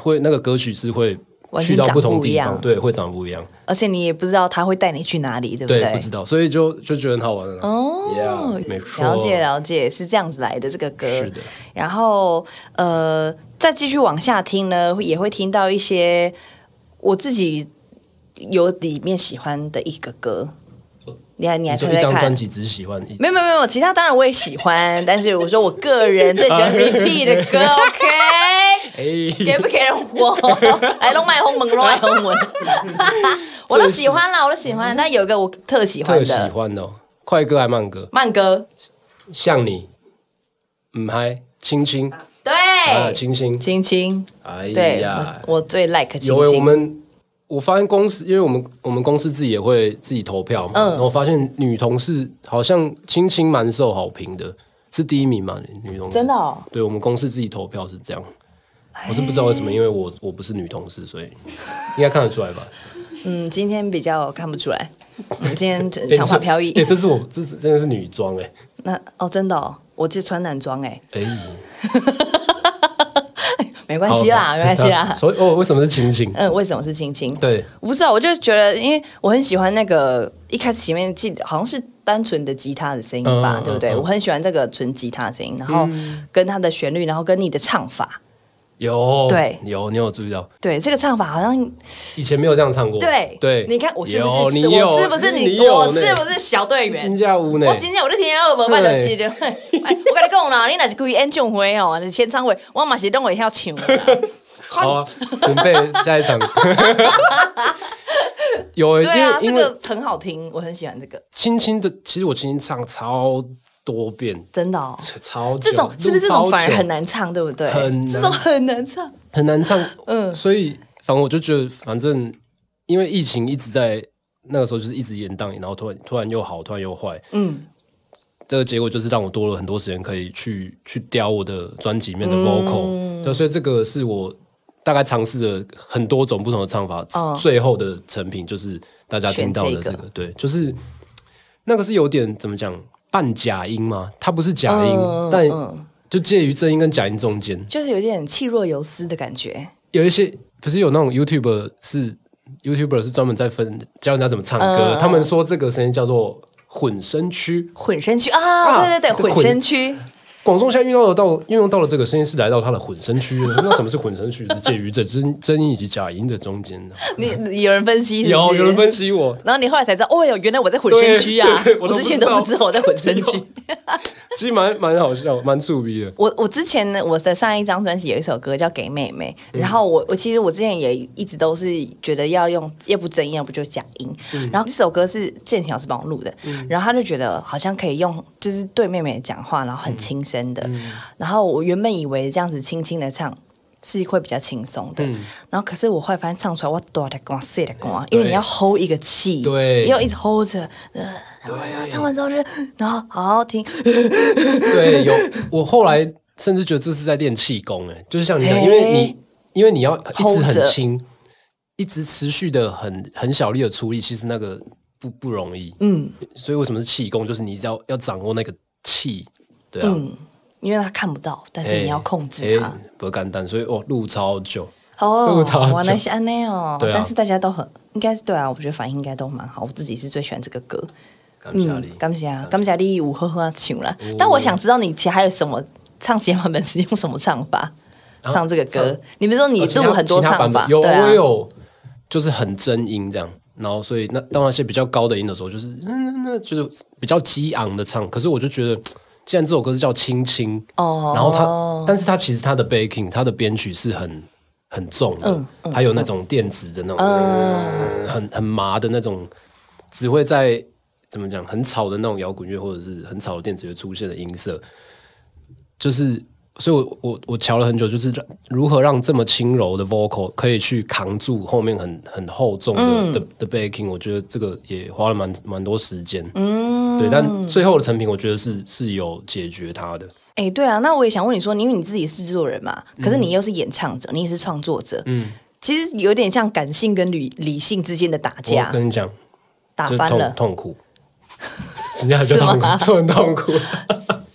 Speaker 2: 会那个歌曲是会
Speaker 1: 完全
Speaker 2: 去到
Speaker 1: 长
Speaker 2: 不同
Speaker 1: 不一
Speaker 2: 地方，
Speaker 1: 样
Speaker 2: 对，会长得不一样，
Speaker 1: 而且你也不知道他会带你去哪里，对不
Speaker 2: 对，
Speaker 1: 对？
Speaker 2: 不知道，所以就就觉得很好玩了。
Speaker 1: 哦
Speaker 2: Yeah，没错，
Speaker 1: 了解了解，是这样子来的这个歌。
Speaker 2: 是的
Speaker 1: 然后呃，再继续往下听呢，也会听到一些我自己有里面喜欢的一个歌。你来，你来
Speaker 2: 你说
Speaker 1: 猜
Speaker 2: 一
Speaker 1: 猜
Speaker 2: 张专
Speaker 1: 看。
Speaker 2: 辑只喜欢一，
Speaker 1: 没有没有没有，其他当然我也喜欢，但是我说我个人最喜
Speaker 2: 啊
Speaker 1: 欢 repeat 的歌，OK？
Speaker 2: 哎，
Speaker 1: 给不给人活？哎来龙脉红门，龙脉红 门，我都喜欢啦，我都喜欢。但有一个我特喜欢
Speaker 2: 嗯特喜
Speaker 1: 的
Speaker 2: 欢哦，快歌还慢歌，
Speaker 1: 慢歌，
Speaker 2: 像你，嗯嗨，亲亲
Speaker 3: 对，
Speaker 1: 哎
Speaker 2: 啊，亲亲，
Speaker 1: 青青，
Speaker 2: 哎
Speaker 1: 对
Speaker 2: 呀，
Speaker 1: 我我最 like 青青。
Speaker 2: 有诶、欸我们我发现公司，因为我们我们公司自己也会自己投票嘛，
Speaker 1: 嗯
Speaker 2: 然后发现女同事好像青青蛮受好评的，是第一名嘛，女同事
Speaker 1: 真的哦哎
Speaker 2: 对我们公司自己投票是这样，我是不知道为什么，因为我我不是女同事，所以应该看得出 来吧？
Speaker 1: 嗯，今天比较看不出 来，嗯今天这
Speaker 2: 诶
Speaker 1: 长发飘逸
Speaker 2: 哎这。诶这是我这是真的是女装哎、
Speaker 1: 那 哦，真的哦，我这穿男装 哎，
Speaker 2: 诶哎、
Speaker 1: 没关系啦，
Speaker 2: 好
Speaker 1: 没关系啦。
Speaker 2: 所以哦，为什么是青青？
Speaker 1: 嗯，为什么是青青？
Speaker 2: 对，
Speaker 1: 我不知道，我就觉得，因为我很喜欢那个一开始前面记得好像是单纯的吉他的声音吧，
Speaker 2: 嗯嗯
Speaker 1: 对不对？
Speaker 2: 嗯
Speaker 1: 我很喜欢这个纯吉他的声音，然后跟它的旋律，然后跟你的唱法，
Speaker 2: 有
Speaker 1: 对
Speaker 2: 有，你有注意到？
Speaker 1: 对这个唱法好像
Speaker 2: 以前没有这样唱过。
Speaker 1: 对
Speaker 2: 对，
Speaker 1: 你看我是不
Speaker 2: 有
Speaker 1: 是
Speaker 2: 你
Speaker 1: 是我
Speaker 2: 有
Speaker 1: 是不是
Speaker 2: 你
Speaker 1: 你？
Speaker 2: 有
Speaker 1: 我
Speaker 2: 呢
Speaker 1: 是不是小队
Speaker 2: 金
Speaker 1: 员？
Speaker 2: 家屋呢
Speaker 1: 我？今天我就听到无办就记得，哎我跟你讲啦，你若是开演唱会哦，你签唱会，我嘛是拢会晓唱的 啦。
Speaker 2: 好啊，准备下一场。 有欸，因
Speaker 1: 对啊，
Speaker 2: 为
Speaker 1: 这
Speaker 2: 因为
Speaker 1: 个很好听，我很喜欢这个，
Speaker 2: 轻轻的，其实我轻轻唱超多遍，
Speaker 1: 真的、哦。
Speaker 2: 超久
Speaker 1: 这种是不是这
Speaker 2: 录超
Speaker 1: 种反而
Speaker 2: 久
Speaker 1: 很难唱，对不对？
Speaker 2: 很难
Speaker 1: 这种很难唱。
Speaker 2: 很难唱？嗯，所以反正我就觉得，反正因为疫情一直在那个时候就是一直延宕，然后突然突然又好，突然又坏，
Speaker 1: 嗯，
Speaker 2: 这个结果就是让我多了很多时间可以去去雕我的专辑
Speaker 1: 嗯
Speaker 2: 里面的 vocal，、对，所以这个是我大概尝试了很多种不同的唱法，
Speaker 1: 哦
Speaker 2: 最后的成品就是大家听到的这
Speaker 1: 选
Speaker 2: 个，
Speaker 1: 这
Speaker 2: 对，就是那个是有点怎么讲半假音嘛，它不是假音，
Speaker 1: 嗯
Speaker 2: 但
Speaker 1: 嗯
Speaker 2: 就介于正音跟假音中间，
Speaker 1: 就是有点气若游丝的感觉。
Speaker 2: 有一些不是有那种 YouTuber 是 YouTuber 是专门在分教人家怎么唱歌，他们说这个声音叫做混声区，
Speaker 1: 混声区啊，
Speaker 2: 啊
Speaker 1: 对对对，
Speaker 2: 混
Speaker 1: 混声 区，
Speaker 2: 广众现在运用得到运用到了这个声音是来到它的混声区了。那什么是混声区？是介于这真真音以及假音的中间的。
Speaker 1: 你你有人分析是不
Speaker 2: 有
Speaker 1: 是
Speaker 2: 有人分析我，
Speaker 1: 然后你后来才知道，哦哟，原来我在混声区啊
Speaker 2: 对对！我
Speaker 1: 我
Speaker 2: 都
Speaker 1: 之前
Speaker 2: 不
Speaker 1: 都
Speaker 2: 知道
Speaker 1: 不知道我在混声 区。
Speaker 2: 其实蛮蛮好笑，蛮触鼻的。
Speaker 1: 我我之前呢，我的上一张专辑有一首歌叫《给妹妹》，然后我我其实我之前也一直都是觉得要用，要不真音，要不就假音。然后这首歌是建廷老师帮我录的，然后他就觉得好像可以用，就是对妹妹讲话，然后很轻声的。然后我原本以为这样子轻轻的唱。是会比较轻松的，然后可是我后来发现唱出来我哆的光塞的光，因为你要 hold 一个气，
Speaker 2: 对
Speaker 1: 要一直 hold 着，呃，然后然后唱完之后就，然后好好听，
Speaker 2: 对，有我后来甚至觉得这是在练气功，哎，就是像你讲，
Speaker 1: 嘿
Speaker 2: 因为你因为你要一直
Speaker 1: Hold
Speaker 2: 很
Speaker 1: 着
Speaker 2: 轻，一直持续的很很小力的出力，其实那个不不容易。嗯，所以为什么是气功？就是你要要掌握那个气，对啊，
Speaker 1: 因为他看不到，但嗯是你要控制
Speaker 2: 哎
Speaker 1: 他。
Speaker 2: 哎不简单，所以哦，录超久。
Speaker 1: 哦
Speaker 2: 路超久
Speaker 1: 原来是安内哦。
Speaker 2: 对啊
Speaker 1: 但是大家都很，应该是对啊，我觉得反应应该都蛮好。我自己是最喜欢这个歌，
Speaker 2: 感谢哦
Speaker 1: 嗯
Speaker 2: 你，，
Speaker 1: 感谢啊，感谢你五呵呵啊唱啦。但我想知道你其实还有什么唱节目本是用什么唱法
Speaker 2: 啊
Speaker 1: 唱这个歌？你不是说你
Speaker 2: 哦其他
Speaker 1: 录很多
Speaker 2: 其他
Speaker 1: 唱
Speaker 2: 版
Speaker 1: 法？
Speaker 2: 本有
Speaker 1: 对
Speaker 2: 我
Speaker 1: 啊，
Speaker 2: 有，就是很真音这样。然后，所以那到那些比较高的音的时候，就是嗯，那就是比较激昂的唱。可是我就觉得，既然这首歌是叫《轻轻》，
Speaker 1: 哦
Speaker 2: 然后它，但是它其实它的 backing，它的编曲是很很重的，还有那种电子的那种，很很麻的那种，只会在怎么讲很吵的那种摇滚乐或者是很吵的电子乐出现的音色，就是，所以我我我瞧了很久，就是让如何让这么轻柔的 vocal 可以去扛住后面很很厚重的、的的 backing，我觉得这个也花了蛮蛮多时间，嗯，对，但最后的成品我觉得是是有解决它的，
Speaker 1: 哎，对啊。那我也想问你说，因为你自己是制作人嘛，
Speaker 2: 嗯
Speaker 1: 可是你又是演唱者，你也是创作者，嗯，其实有点像感性跟理理性之间的打
Speaker 2: 我
Speaker 1: 架，
Speaker 2: 跟你讲，
Speaker 1: 打
Speaker 2: 就是
Speaker 1: 啊翻
Speaker 2: 痛
Speaker 1: 了，
Speaker 2: 痛苦，人家就痛苦，就很痛苦，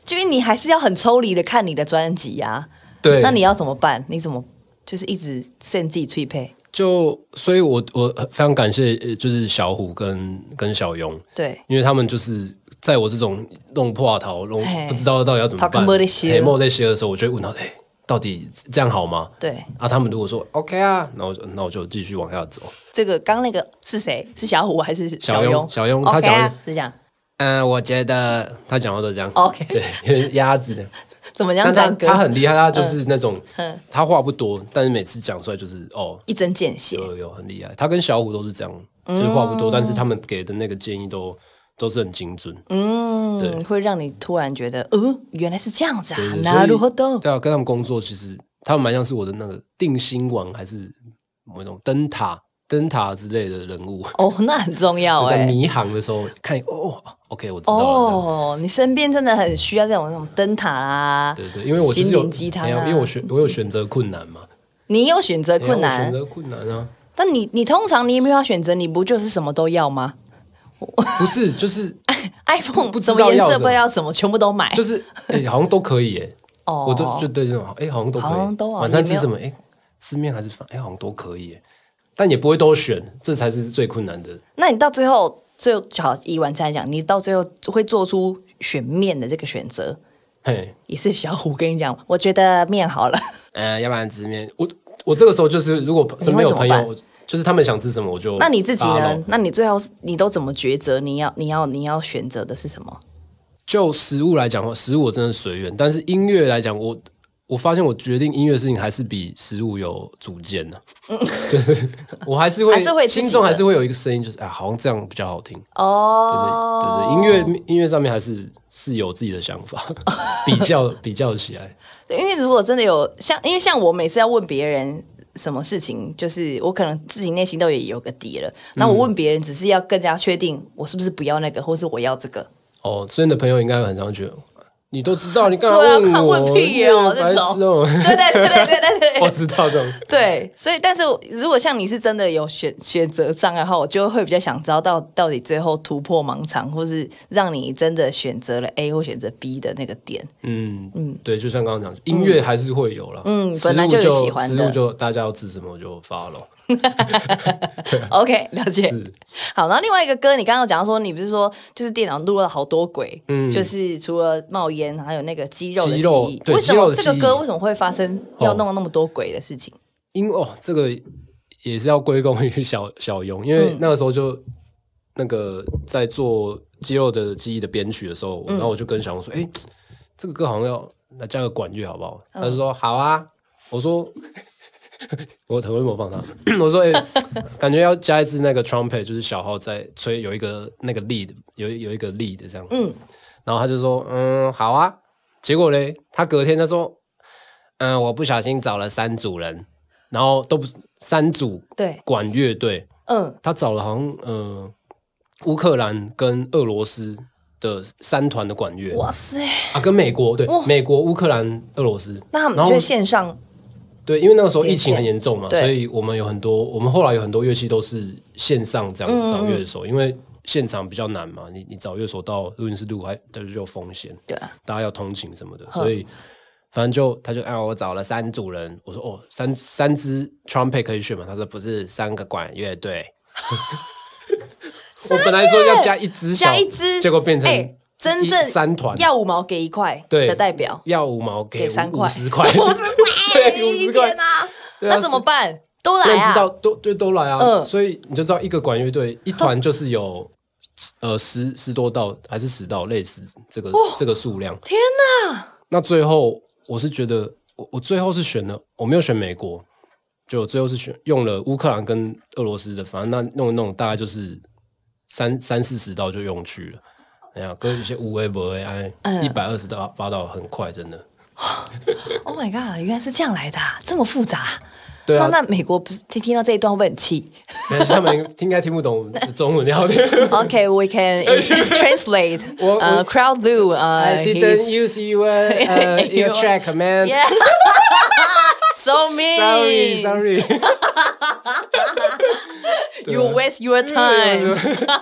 Speaker 1: 就因为你还是要很抽离的看你的专辑呀。啊
Speaker 2: 对
Speaker 1: 那你要怎么办？你怎么就是一直限自己去配？
Speaker 2: 就所以我，我非常感谢，呃就是小虎跟跟小勇，
Speaker 1: 对，
Speaker 2: 因为他们就是在我这种弄破头、弄
Speaker 1: 嘿
Speaker 2: 不知道到底要怎么
Speaker 1: 头
Speaker 2: 办、
Speaker 1: 跟没得洗了
Speaker 2: 嘿没在些的时候，我就会问他，哎、到底这样好吗？
Speaker 1: 对
Speaker 2: 啊，他们如果说 OK 啊，那我就那我就继续往下走。
Speaker 1: 这个刚那个是谁？是小虎还是
Speaker 2: 小
Speaker 1: 庸？
Speaker 2: 庸小庸
Speaker 1: OK 啊
Speaker 2: 他讲的
Speaker 1: 是这样
Speaker 2: 嗯、我觉得他讲话都这样
Speaker 1: OK
Speaker 2: 对，有点鸭 子的。
Speaker 1: 怎么样？啊
Speaker 2: 但他
Speaker 1: 张哥
Speaker 2: 他很厉害，他就是那种、
Speaker 1: 嗯
Speaker 2: 他话不多，但是每次讲出来就是哦，
Speaker 1: 一针见血，
Speaker 2: 有有很厉害。他跟小虎都是这样，就是话不多，但是他们给的那个建议都都是很精准。
Speaker 1: 嗯，会让你突然觉得，呃，原来是这样子啊
Speaker 2: 对，对
Speaker 1: 那如何
Speaker 2: 所以
Speaker 1: 的？
Speaker 2: 对啊，跟他们工作，其实他们蛮像是我的那个定心丸，还是某一种灯塔、灯塔之类的人物。
Speaker 1: 哦，那很重要
Speaker 2: 就在
Speaker 1: 哎。
Speaker 2: 迷航的时候看哦哦，OK，我知道了。这样
Speaker 1: 哦，你身边真的很需要这种那种灯塔啊。
Speaker 2: 对对，因为我就是
Speaker 1: 心
Speaker 2: 有
Speaker 1: 灵鸡汤
Speaker 2: 没有
Speaker 1: 啊
Speaker 2: 因为我选我有选择困难嘛，
Speaker 1: 你有选择困
Speaker 2: 哎呀我
Speaker 1: 难，
Speaker 2: 选择困难啊，
Speaker 1: 但你你通常你没有要选择，你不就是什么都要吗
Speaker 2: 不是就是
Speaker 1: ？iPhone
Speaker 2: 不知
Speaker 1: 什
Speaker 2: 道
Speaker 1: 么颜
Speaker 2: 要
Speaker 1: 色
Speaker 2: 什
Speaker 1: 不
Speaker 2: 么
Speaker 1: 知道什么，全部都买。
Speaker 2: 就是哎，好像都可以哎，
Speaker 1: 哦
Speaker 2: 我就就对这种哎，好像都可以，
Speaker 1: 好像都啊
Speaker 2: 晚餐
Speaker 1: 你没
Speaker 2: 吃
Speaker 1: 有
Speaker 2: 什么哎，吃面还是饭哎，好像都可以哎，但也不会都选，这才是最困难的。
Speaker 1: 那你到最后，最后好以晚餐来讲，你到最后会做出选面的这个选择，
Speaker 2: 嘿，
Speaker 1: 也是小虎跟你讲，我觉得面好了，
Speaker 2: 呃，要不然吃面，我我这个时候就是如果身边有朋
Speaker 1: 你会怎么办
Speaker 2: 友，就是他们想吃什么我就
Speaker 1: 那你自己
Speaker 2: 搭
Speaker 1: 呢
Speaker 2: 咯？？
Speaker 1: 那你最后是你都怎么抉择？你要你要你要选择的是什么？
Speaker 2: 就食物来讲的话，食物我真的随缘，但是音乐来讲，我我发现我决定音乐的事情还是比食物有主 见呢、对，我还是会，
Speaker 1: 还是会自己的
Speaker 2: 心中还是会有一个声音，就是啊，好像这样比较好听，对
Speaker 1: 哦，
Speaker 2: 对对对，音乐音乐上面还是是有自己的想法， 比 较比较起来，
Speaker 1: 对，因为如果真的有像，因为像我每次要问别人什么事情，就是我可能自己内心都也有个底了，那我问别人只是要更加确定我是不是不要那个，或是我要这个。
Speaker 2: 哦，所以你的朋友应该很常觉得。你都知道，你干嘛
Speaker 1: 对啊
Speaker 2: 问
Speaker 1: 看
Speaker 2: 我？
Speaker 1: 问屁哦
Speaker 2: 你白痴 哦！
Speaker 1: 对对对对对对对
Speaker 2: 我知道这种，
Speaker 1: 对，所以但是我如果像你是真的有选选择障碍的话，我就会比较想知道到到底最后突破盲肠，或是让你真的选择了 A 或选择 B 的那个点。
Speaker 2: 嗯嗯，对，就像刚刚讲，音乐还是会有了，
Speaker 1: 嗯
Speaker 2: 食
Speaker 1: 本来
Speaker 2: 物
Speaker 1: 就
Speaker 2: 就
Speaker 1: 有喜欢的
Speaker 2: 食物就大家要吃什么就 follow，
Speaker 1: OK，了解
Speaker 2: 是。
Speaker 1: 好，然后另外一个歌，你刚刚有讲到说，你不是说就是电脑录了好多鬼，
Speaker 2: 嗯
Speaker 1: 就是除了冒烟，还有那个肌肉的
Speaker 2: 肌
Speaker 1: 记
Speaker 2: 肉
Speaker 1: 忆，
Speaker 2: 对
Speaker 1: 为什
Speaker 2: 肌肉
Speaker 1: 么
Speaker 2: 的
Speaker 1: 这个
Speaker 2: 记忆
Speaker 1: 歌为什么会发生要
Speaker 2: 哦
Speaker 1: 弄那么多鬼的事情？
Speaker 2: 因哦，这个也是要归功于小小庸，因为那个时候就那个在做肌肉的记忆的编曲的时候，然后我就跟小庸说，哎，这个歌好像要来加个管乐好不好？他就说好啊，我说。我很会模仿他。 我说：“哎、感觉要加一支那个 trumpet，就是小号在吹，有一个那个 lead，有一有一个 lead 这样。”嗯，然后他就说：“嗯，好啊。”结果嘞，他隔天他说：“嗯，我不小心找了三组人，然后都不是三组
Speaker 1: 对，
Speaker 2: 管乐队，
Speaker 1: 嗯，
Speaker 2: 他找了好像呃乌克兰跟俄罗斯的三团的管乐
Speaker 1: 哇塞，
Speaker 2: 啊，跟美国对，美国、乌克兰、俄罗斯。
Speaker 1: 那他
Speaker 2: 然
Speaker 1: 们
Speaker 2: 后
Speaker 1: 就线上
Speaker 2: 对，因为那个时候疫
Speaker 1: 连线
Speaker 2: 情很严重嘛，
Speaker 1: 对
Speaker 2: 所以我们有很多，我们后来有很多乐器都是线上这
Speaker 1: 嗯
Speaker 2: 样找乐手，因为现场比较难嘛，你你找乐手到录音室录还就是有风险，
Speaker 1: 对啊，
Speaker 2: 大家要通勤什么的，所以反正就他就哎，我找了三组人，我说哦，三三支 trumpet 可以选吗？他说不是，三个管乐队。 我本来说要加一支小，
Speaker 1: 加一支，
Speaker 2: 结果变成
Speaker 1: 哎真
Speaker 2: 一
Speaker 1: 正
Speaker 2: 三团
Speaker 1: 要五毛给一块
Speaker 2: 对
Speaker 1: 的代表，
Speaker 2: 要五毛给
Speaker 1: 给三块
Speaker 2: 五 十块，
Speaker 1: 五十块，
Speaker 2: 对
Speaker 1: 一
Speaker 2: 50
Speaker 1: 天
Speaker 2: 块
Speaker 1: 啊，
Speaker 2: 对啊
Speaker 1: 那怎么办？都来
Speaker 2: 那你知道
Speaker 1: 啊！
Speaker 2: 都就都来啊，
Speaker 1: 嗯哦
Speaker 2: 所以你就知道一个管乐队一团就是有呃十十多道还是十道类似这个、这个数量。
Speaker 1: 天哪，
Speaker 2: 那最后我是觉得我我最后是选了我没有选美国，就我最后是选用了乌克兰跟俄罗斯的，反正那弄一弄大概就是三三四十道就用去了。哎呀，跟一些无为不为哎，
Speaker 1: 嗯
Speaker 2: 一百二十道八道很快，真的。
Speaker 1: ！Oh my god，原来是这样来的啊，这么复杂。
Speaker 2: 对啊
Speaker 1: 那，那美国不是听听到这一段会不会很 气
Speaker 2: 没事他们应该听不懂我们的中文聊天。
Speaker 1: ？OK，we can translate
Speaker 2: 我
Speaker 1: 呃
Speaker 2: 我
Speaker 1: crowd do 呃
Speaker 2: I didn't
Speaker 1: he's
Speaker 2: use your uh, your
Speaker 1: You-
Speaker 2: track, man.
Speaker 1: yeah so mean
Speaker 2: Sorry, sorry.
Speaker 1: You waste your
Speaker 2: 对
Speaker 1: time。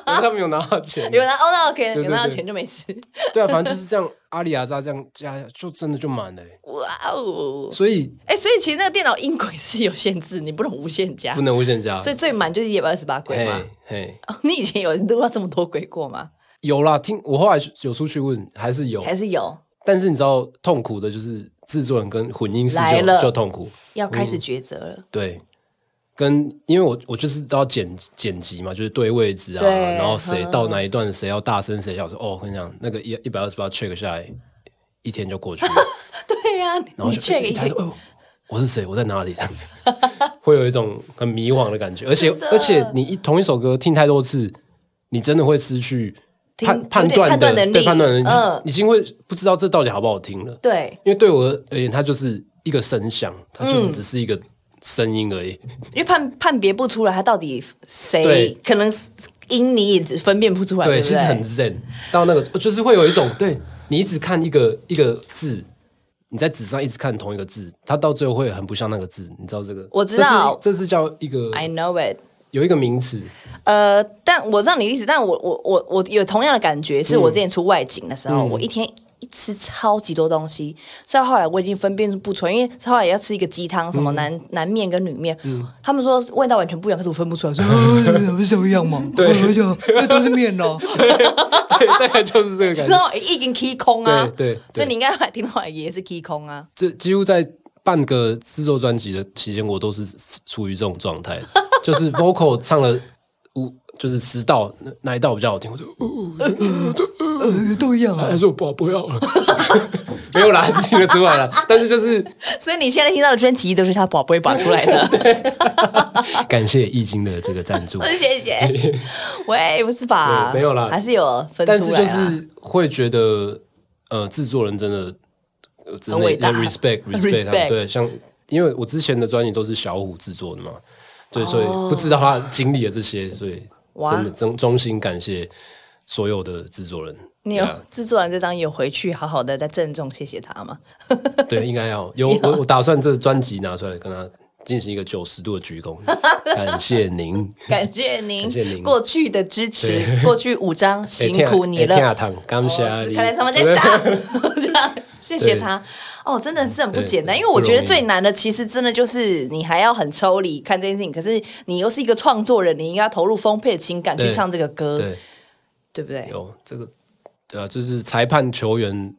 Speaker 2: 他们有拿到钱，
Speaker 1: 有拿哦，那 OK，
Speaker 2: 对
Speaker 1: 有拿到
Speaker 2: 对
Speaker 1: 钱就没事。
Speaker 2: 对啊，反正就是这样，阿里阿扎这样加，就真的就满了欸、
Speaker 1: 哇哦！
Speaker 2: 所以
Speaker 1: 哎，所以其实那个电脑音轨是有限制，你不能无限加
Speaker 2: 不，能哎无限加。
Speaker 1: 所以最满就是一百二十八轨
Speaker 2: 嘿
Speaker 1: 嘛。
Speaker 2: 嘿，
Speaker 1: 哦你以前有录到这么多轨过吗？
Speaker 2: 有啦，听我后来有出去问，还是有，
Speaker 1: 还是有？
Speaker 2: 但是你知道痛苦的就是制作人跟混音师
Speaker 1: 来
Speaker 2: 就
Speaker 1: 了
Speaker 2: 就痛苦，
Speaker 1: 要开始抉择了。
Speaker 2: 对。跟因为我我就是要剪剪辑嘛，就是对位置啊，
Speaker 1: 对嗯
Speaker 2: 然后谁到哪一段谁要大声谁小声，哦，我跟你讲，那个一一百二十八 check 下来，一天就过 去了，
Speaker 1: 对呀，你
Speaker 2: 然后就
Speaker 1: check 一
Speaker 2: 他就
Speaker 1: 下。
Speaker 2: 哦，我是谁？我在哪里？ 这样会有一种很迷惘的感觉，而且而且你一同一首歌听太多次，你真的会失去
Speaker 1: 听
Speaker 2: 判
Speaker 1: 有点判
Speaker 2: 判断的
Speaker 1: 断能力
Speaker 2: 对判断能力，
Speaker 1: 嗯
Speaker 2: 已经会不知道这到底好不好听了。
Speaker 1: 对，
Speaker 2: 因为对我而言，它就是一个声响，它
Speaker 1: 嗯
Speaker 2: 就是只是一个声音而已。
Speaker 1: 因为判判别不出来，他到底谁
Speaker 2: 对
Speaker 1: 可能是因你也分辨不出来，对
Speaker 2: 对，
Speaker 1: 不
Speaker 2: 其实很
Speaker 1: 对？
Speaker 2: zen，到那个就是会有一种，对你一直看一个一个字。你在纸上一直看同一个字，它到最后会很不像那个字，你知道这个？
Speaker 1: 我知道
Speaker 2: 这是这是叫一个
Speaker 1: I know it。
Speaker 2: 有一个名词，
Speaker 1: 呃，但我知道你的意思，但我我我我有同样的感觉，
Speaker 2: 嗯
Speaker 1: 是我之前出外景的时候，我一天一吃超级多东西，吃到后来我已经分辨不出来，因为后来要吃一个鸡汤，
Speaker 2: 嗯
Speaker 1: 什么男、男面跟女面，他们说味道完全不一样，可是我分不出来，说
Speaker 4: 不是这样吗？对， 我就那都是面哦。
Speaker 2: 对，大概就是这个
Speaker 1: 知
Speaker 2: 感觉。
Speaker 1: 道已经 key 空啊，
Speaker 2: 对对
Speaker 1: 所
Speaker 2: 对
Speaker 1: 以你应该还听到也是 key 空啊，
Speaker 2: 这几乎在半个制作专辑的期间，我都是处于这种状态，就是 vocal 唱了五，就是十道，那哪一道比较好听？我就呃
Speaker 4: 呃，都一样啊
Speaker 2: 还。是我不好不要了， 没有啦，还是听得出来了。但是就是
Speaker 1: 所以你现在听到的专辑都是他宝贝把出来的。
Speaker 2: 感谢易经的这个赞助，
Speaker 1: 谢 谢。喂，不是吧？
Speaker 2: 对没有啦
Speaker 1: 还是有分出来啊
Speaker 2: 但
Speaker 1: 啦。
Speaker 2: 是就是会觉得，呃，制作人真的呃真
Speaker 1: 很
Speaker 2: 的
Speaker 1: 伟大
Speaker 2: 要 respect respect 他
Speaker 1: Respect
Speaker 2: 们对，像因为我之前的专辑都是小虎制作的嘛，对，所以不知道他经历了这些，所以
Speaker 1: 哦哇
Speaker 2: 真的衷衷心感谢所有的制作人。
Speaker 1: 你有
Speaker 2: Yeah
Speaker 1: 制作人这张有回去好好的再郑重谢谢他 吗？
Speaker 2: 啊 对，应该要有我我打算这专辑拿出来跟他进行一个九十度的鞠躬，感谢 您。
Speaker 1: 感谢您，
Speaker 2: 感谢您
Speaker 1: 过去的支持， 过去五张辛苦你
Speaker 2: 天啊，
Speaker 1: 了。
Speaker 2: 堂，感谢
Speaker 1: 我只
Speaker 2: 你。
Speaker 1: 看在上面在上，这 样谢谢他。哦，真的是很不简单，
Speaker 2: 对
Speaker 1: 因为我觉得
Speaker 2: 不容易
Speaker 1: 最难的其实真的就是你还要很抽离看这件事情，可是你又是一个创作人，你应该投入丰沛的情感去
Speaker 2: 对
Speaker 1: 唱这个歌，
Speaker 2: 对。
Speaker 1: 对不对？
Speaker 2: 有这个，对啊，就是裁判球员，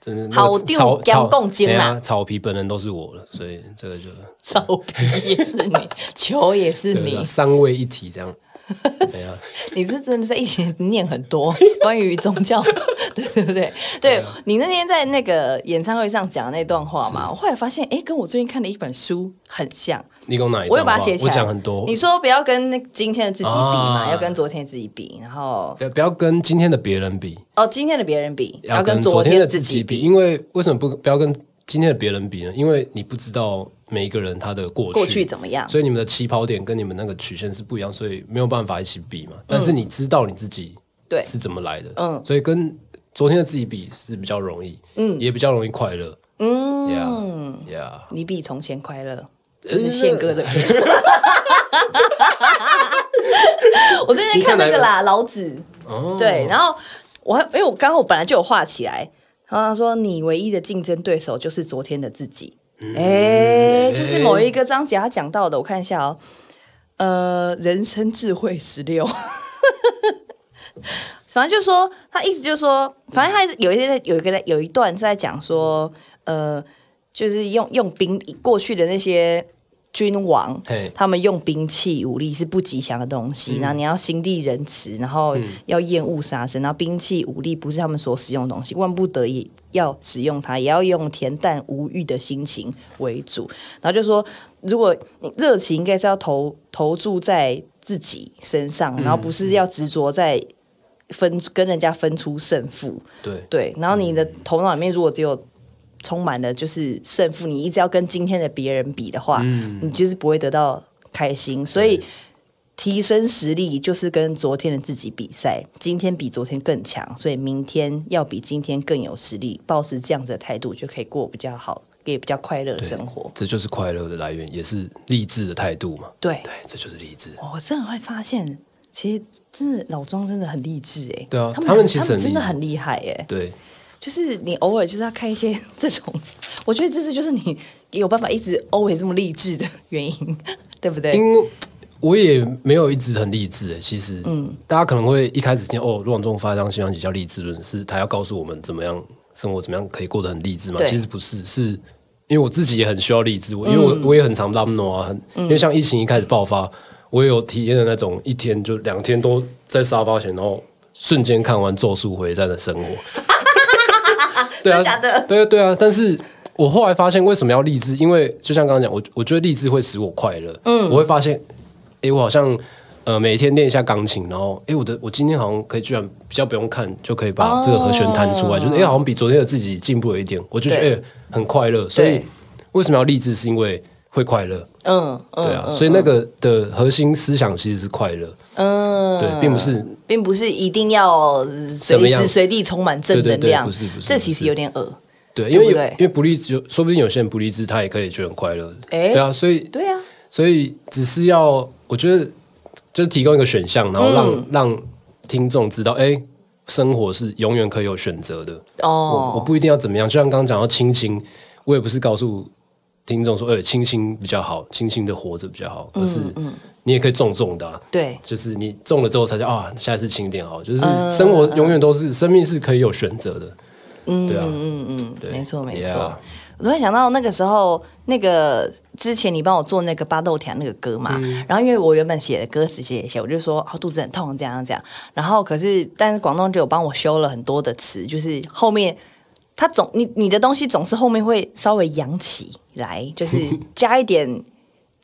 Speaker 2: 真的那个
Speaker 1: 好丢
Speaker 2: 草
Speaker 1: 姜
Speaker 2: 草
Speaker 1: 共金
Speaker 2: 哎呀
Speaker 1: 嘛
Speaker 2: 草皮本人都是我了，所以这个就
Speaker 1: 照片也是你，球也是
Speaker 2: 啊对
Speaker 1: 你
Speaker 2: 啊，三位一 体这样。对啊，
Speaker 1: 你是真的在以前 念很多关于宗教， 对对对对，
Speaker 2: 啊
Speaker 1: 你那天在那个演唱会上讲的那段话嘛，我后来发现，哎，跟我最近看的一本书很像，
Speaker 2: 你给我哪一段话？
Speaker 1: 我有把它写起来。
Speaker 2: 我讲很多
Speaker 1: 你，说不要跟那今天的自己比嘛，
Speaker 2: 啊
Speaker 1: 要跟昨天的自己比，然后
Speaker 2: 不要不要跟今天的别人比，
Speaker 1: 哦，今天的别人比，要跟
Speaker 2: 跟
Speaker 1: 昨
Speaker 2: 天
Speaker 1: 天
Speaker 2: 的
Speaker 1: 自己
Speaker 2: 己
Speaker 1: 比，
Speaker 2: 比，因为为什么不不要跟今天的别人比呢？因为你不知道每一个人他的过
Speaker 1: 过去怎么样？
Speaker 2: 所以你们的起跑点跟你们那个曲线是不一样，所以没有办法一起比嘛。但是你知道你自己
Speaker 1: 嗯对
Speaker 2: 是怎么来的，
Speaker 1: 嗯
Speaker 2: 所以跟昨天的自己比是比较容易，嗯，也比较容易快乐，嗯，yeah，
Speaker 1: 你比从前快乐，这是宪哥的歌。 我最近在看那个哦啦，老子，对，然后我还因为我刚刚我本来就有画起来，然后他说你唯一的竞争对手就是昨天的自己，哎、就是某一个章节他讲到的，我看一下哦，呃，人生智慧十六。 反正就说他意思就是说，反正他有一些在有一个在有一段是在讲说，呃，就是用用兵过去的那些君王
Speaker 2: 嘿，
Speaker 1: 他们用兵器武力是不吉祥的东西，然后你要心地仁慈，然后要厌恶杀生，然后兵器武力不是他们所使用的东西，万不得已要使用它，也要用恬淡无欲的心情为主。然后就说，如果你热情应该是要投投注在自己身上，然后不是要执着在。分跟人家分出胜负，
Speaker 2: 对，
Speaker 1: 对，然后你
Speaker 2: 嗯
Speaker 1: 的头脑里面如果只有充满了就是胜负，你一直要跟今天的别人比的话，
Speaker 2: 嗯
Speaker 1: 你就是不会得到开心。所以提升实力就是跟昨天的自己比赛，今天比昨天更强，所以明天要比今天更有实力，抱持这样子的态度就可以过比较好。也比较快乐的生活。
Speaker 2: 这就是快乐的来源，也是励志的态度嘛。
Speaker 1: 对
Speaker 2: 对，这就是励志。
Speaker 1: 我真的会发现，其实真的老庄真的很励志哎、
Speaker 2: 对啊
Speaker 1: 他们
Speaker 2: 他们其实
Speaker 1: 他们
Speaker 2: 很
Speaker 1: 真的
Speaker 2: 厉害
Speaker 1: 很厉害哎、
Speaker 2: 对，
Speaker 1: 就是你偶尔就是要看一些 这种，我觉得这是就是你有办法一直 always 这么励志的原因， 对不对？
Speaker 2: 因为我也没有一直很励志诶，其实，嗯，大家可能会一开始听哦，罗永忠发一张新专辑叫《励志论》，是他要告诉我们怎么样生活，怎么样可以过得很励志嘛？
Speaker 1: 对
Speaker 2: 其实不是，是因为我自己也很需要励志，我因为
Speaker 3: 嗯
Speaker 2: 我、我也很常浪诺啊，很因为像疫情一开始爆发，我也有体验的那种一天就两天都在沙发前，然后瞬间看完《咒术回战》的 生活。对
Speaker 3: 真
Speaker 2: 啊，
Speaker 3: 的假的
Speaker 2: 对啊对啊，但是我后来发现为什么要励志，因为就像刚刚讲，我我觉得励志会使我快乐。嗯，我会发现，哎、我好像呃每天练一下钢琴，然后哎、诶我的我今天好像可以居然比较不用看就可以把这个和弦弹出来，就是哎、诶好像比昨天的自己进步了一点，我就觉得哎、
Speaker 1: 对
Speaker 2: 诶很快乐。所以
Speaker 1: 对
Speaker 2: 为什么要励志？是因为会快乐。
Speaker 1: 嗯嗯，
Speaker 2: 对啊，所以那个的核心思想其实是快乐，
Speaker 1: 嗯，
Speaker 2: 对，并不是
Speaker 1: 并不是一定要随
Speaker 2: 么样
Speaker 1: 时随地充满正
Speaker 2: 对
Speaker 1: 能
Speaker 2: 对对
Speaker 1: 量，
Speaker 2: 不是不是
Speaker 1: 这
Speaker 2: 不
Speaker 1: 其实
Speaker 2: 是
Speaker 1: 有点恶。
Speaker 2: 对，因为
Speaker 1: 对
Speaker 2: 有
Speaker 1: 不对
Speaker 2: 因为不励志，有说不定有些人不励志，他也可以觉得很快乐。
Speaker 1: 诶
Speaker 2: 对啊，所以
Speaker 1: 对啊，
Speaker 2: 所以只是要，我觉得就是提供一个选项，然后让、让听众知道，哎、生活是永远可以有选择的。我我
Speaker 1: 哦，
Speaker 2: 不一定要怎么样，就像刚刚讲到亲亲，我也不是告诉听众说，哎、亲亲比较好，轻轻的活着比较好，而是你也可以重重的、啊。
Speaker 1: 对，
Speaker 2: 就是你中了之后才叫啊，下一次轻一点好。就是生活永远都是、生命是可以有选择的，对啊，嗯嗯，对，
Speaker 1: 没错没
Speaker 2: Yeah
Speaker 1: 错。我突然想到那个时候，那个之前你帮我做那个巴豆田那个歌嘛，
Speaker 2: 嗯
Speaker 1: 然后因为我原本写的歌词写一写，我就说哦肚子很痛这样这样，然后可是但是广东就有帮我修了很多的词，就是后面它总你你的东西总是后面会稍微扬起来，就是 加一点。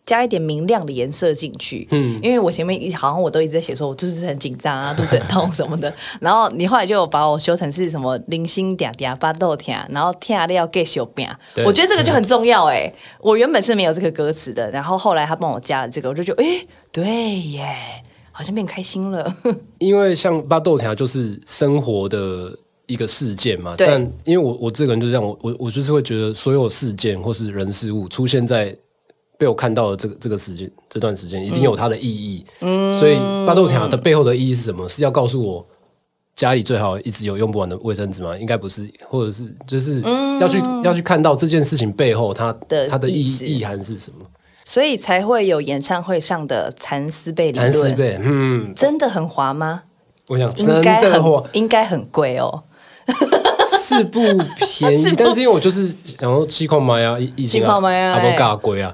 Speaker 1: 加一点明亮的颜色进去，嗯，因为我前面一好像我都一直在写说，我就是很紧 张啊，肚子很痛什么的。然后你后来就有把我修成是什么零星嗲嗲巴豆甜，然后天料给修饼，
Speaker 2: 对
Speaker 1: 我觉得这个就很重要哎、我原本是没有这个歌词的，然后后来他帮我加了这个，我就觉得哎、诶对耶，好像变开心了。
Speaker 2: 因为像巴豆条就是生活的一个事件嘛，
Speaker 1: 对
Speaker 2: 但因为我我这个人就这样，我我我就是会觉得所有事件或是人事物出现在被我看到的这个这个时间这段时间，一定有它的意义。嗯，所以巴豆条的背后的意义是什么？是要告诉我。家里最好一直有用不完的卫生纸吗？应该不是，或者是就是要去、要去看到这件事情背后它
Speaker 1: 嗯的
Speaker 2: 它的意
Speaker 1: 意思
Speaker 2: 意涵是什么？
Speaker 1: 所以才会有演唱会上的蚕丝被理
Speaker 2: 谈思
Speaker 1: 论，
Speaker 2: 呗，嗯，
Speaker 1: 真的很滑吗？
Speaker 2: 我想真
Speaker 1: 应该
Speaker 2: 的话
Speaker 1: 很应该很贵哦，
Speaker 2: 是 不便宜，但是因为我就是想要气矿麦啊，疫疫情
Speaker 1: 气
Speaker 2: 啊，
Speaker 1: 矿麦啊
Speaker 2: 阿
Speaker 1: 哎
Speaker 2: 波嘎龟啊，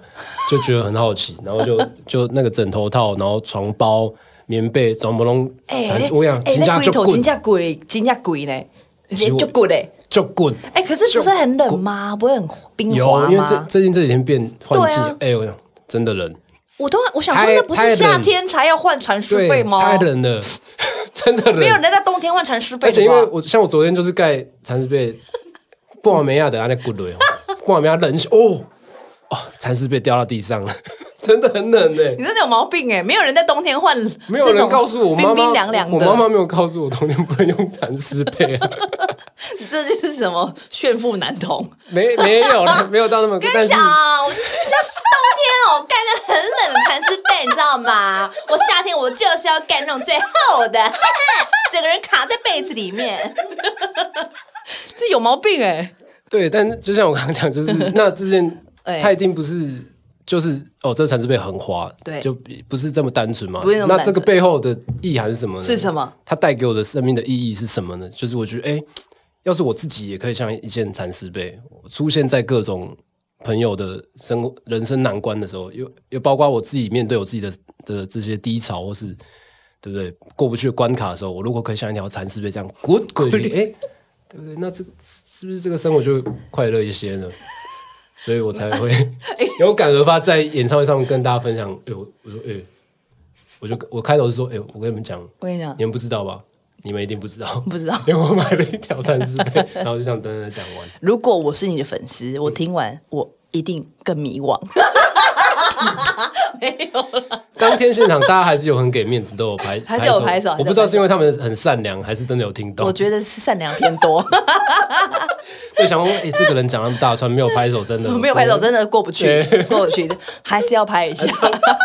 Speaker 2: 就觉得很好奇，然后就就那个枕头套，然后床包、棉被，怎么弄？蚕丝我想
Speaker 1: 哎
Speaker 2: 金价
Speaker 1: 那龟
Speaker 2: 就
Speaker 1: 头
Speaker 2: 滚
Speaker 1: 金，价贵，金价贵呢，
Speaker 2: 实
Speaker 1: 也
Speaker 2: 哎我
Speaker 1: 就贵嘞。
Speaker 2: 就滚。
Speaker 1: 哎、可是不是很冷吗？不会很冰滑
Speaker 2: 有，因为最
Speaker 1: 吗？
Speaker 2: 最近这几天变换季
Speaker 1: 对啊，
Speaker 2: 哎，我想真的冷，
Speaker 1: 我突然我想说，
Speaker 2: 太
Speaker 1: 那不是
Speaker 2: 太
Speaker 1: 夏
Speaker 2: 冷
Speaker 1: 天才要换传输
Speaker 2: 对
Speaker 1: 被，吗？
Speaker 2: 太冷了， 真的
Speaker 1: 没有
Speaker 2: 冷。
Speaker 1: 人在冬天换传输被
Speaker 2: 而且因为
Speaker 1: 的吧？
Speaker 2: 我像我昨天就是盖蚕丝被，布瓦梅亚的那滚雷，布瓦梅亚冷死哦哦，蚕丝被掉到地上了， 真的很冷哎。
Speaker 1: 你真的有毛病哎、没有人在冬天换，
Speaker 2: 没有人告诉我妈妈，
Speaker 1: 冰冰凉凉的，
Speaker 2: 我妈妈没有告诉我童年不能用蚕丝被啊，
Speaker 1: 这就是什么炫富男童？
Speaker 2: 没没有了，没有到那么，
Speaker 3: 跟
Speaker 2: 但
Speaker 3: 你
Speaker 2: 是
Speaker 3: 讲，我就是像冬天哦，盖那很冷的蚕丝被，你知道吗？我夏天我就是要盖那种最厚的， 整个人卡在被子里面。
Speaker 1: 这有毛病哎、
Speaker 2: 对，但是就像我刚刚讲，就是 那之前
Speaker 1: 哎
Speaker 2: 他一定不是。就是哦，这蚕丝被很滑，
Speaker 1: 对
Speaker 2: 就不是这么单纯嘛。
Speaker 1: 不是那么单纯
Speaker 2: 这个背后的意涵是什么呢？
Speaker 1: 是什么？
Speaker 2: 它带给我的生命的意义是什么呢？就是我觉得，哎、要是我自己也可以像一件蚕丝被，我出现在各种朋友的生活人生难关的时候，又又包括我自己面对我自己的的这些低潮，或是对不对过不去的关卡的时候，我如果可以像一条蚕丝被这样滚滚去，哎、对不对？那这个是不是这个生活就会快乐一些呢？ 所以我才 会有感而发，在演唱会上面跟大家分享。哎、我我说哎、我就我开头是说，哎、我跟你们讲，
Speaker 1: 我跟你讲
Speaker 2: 你，们不知道吧？你们一定不知道，
Speaker 1: 不知道
Speaker 2: 因为我买了一条三十倍，然后就想等等讲完。
Speaker 1: 如果我是你的粉丝，我听完我一定更迷惘。没有了，
Speaker 2: 当天现场大家还是有很给面子，都有拍，
Speaker 1: 还是有拍手
Speaker 2: 我不知道是因为他们很善良，还是真的有
Speaker 3: 哦
Speaker 2: 听懂。
Speaker 1: 我觉得是善良偏多，
Speaker 2: 对，想问，哎，这个人讲那么大串，没有拍手，真的
Speaker 1: 没有拍手真的过不去，过不去，还是要拍一下。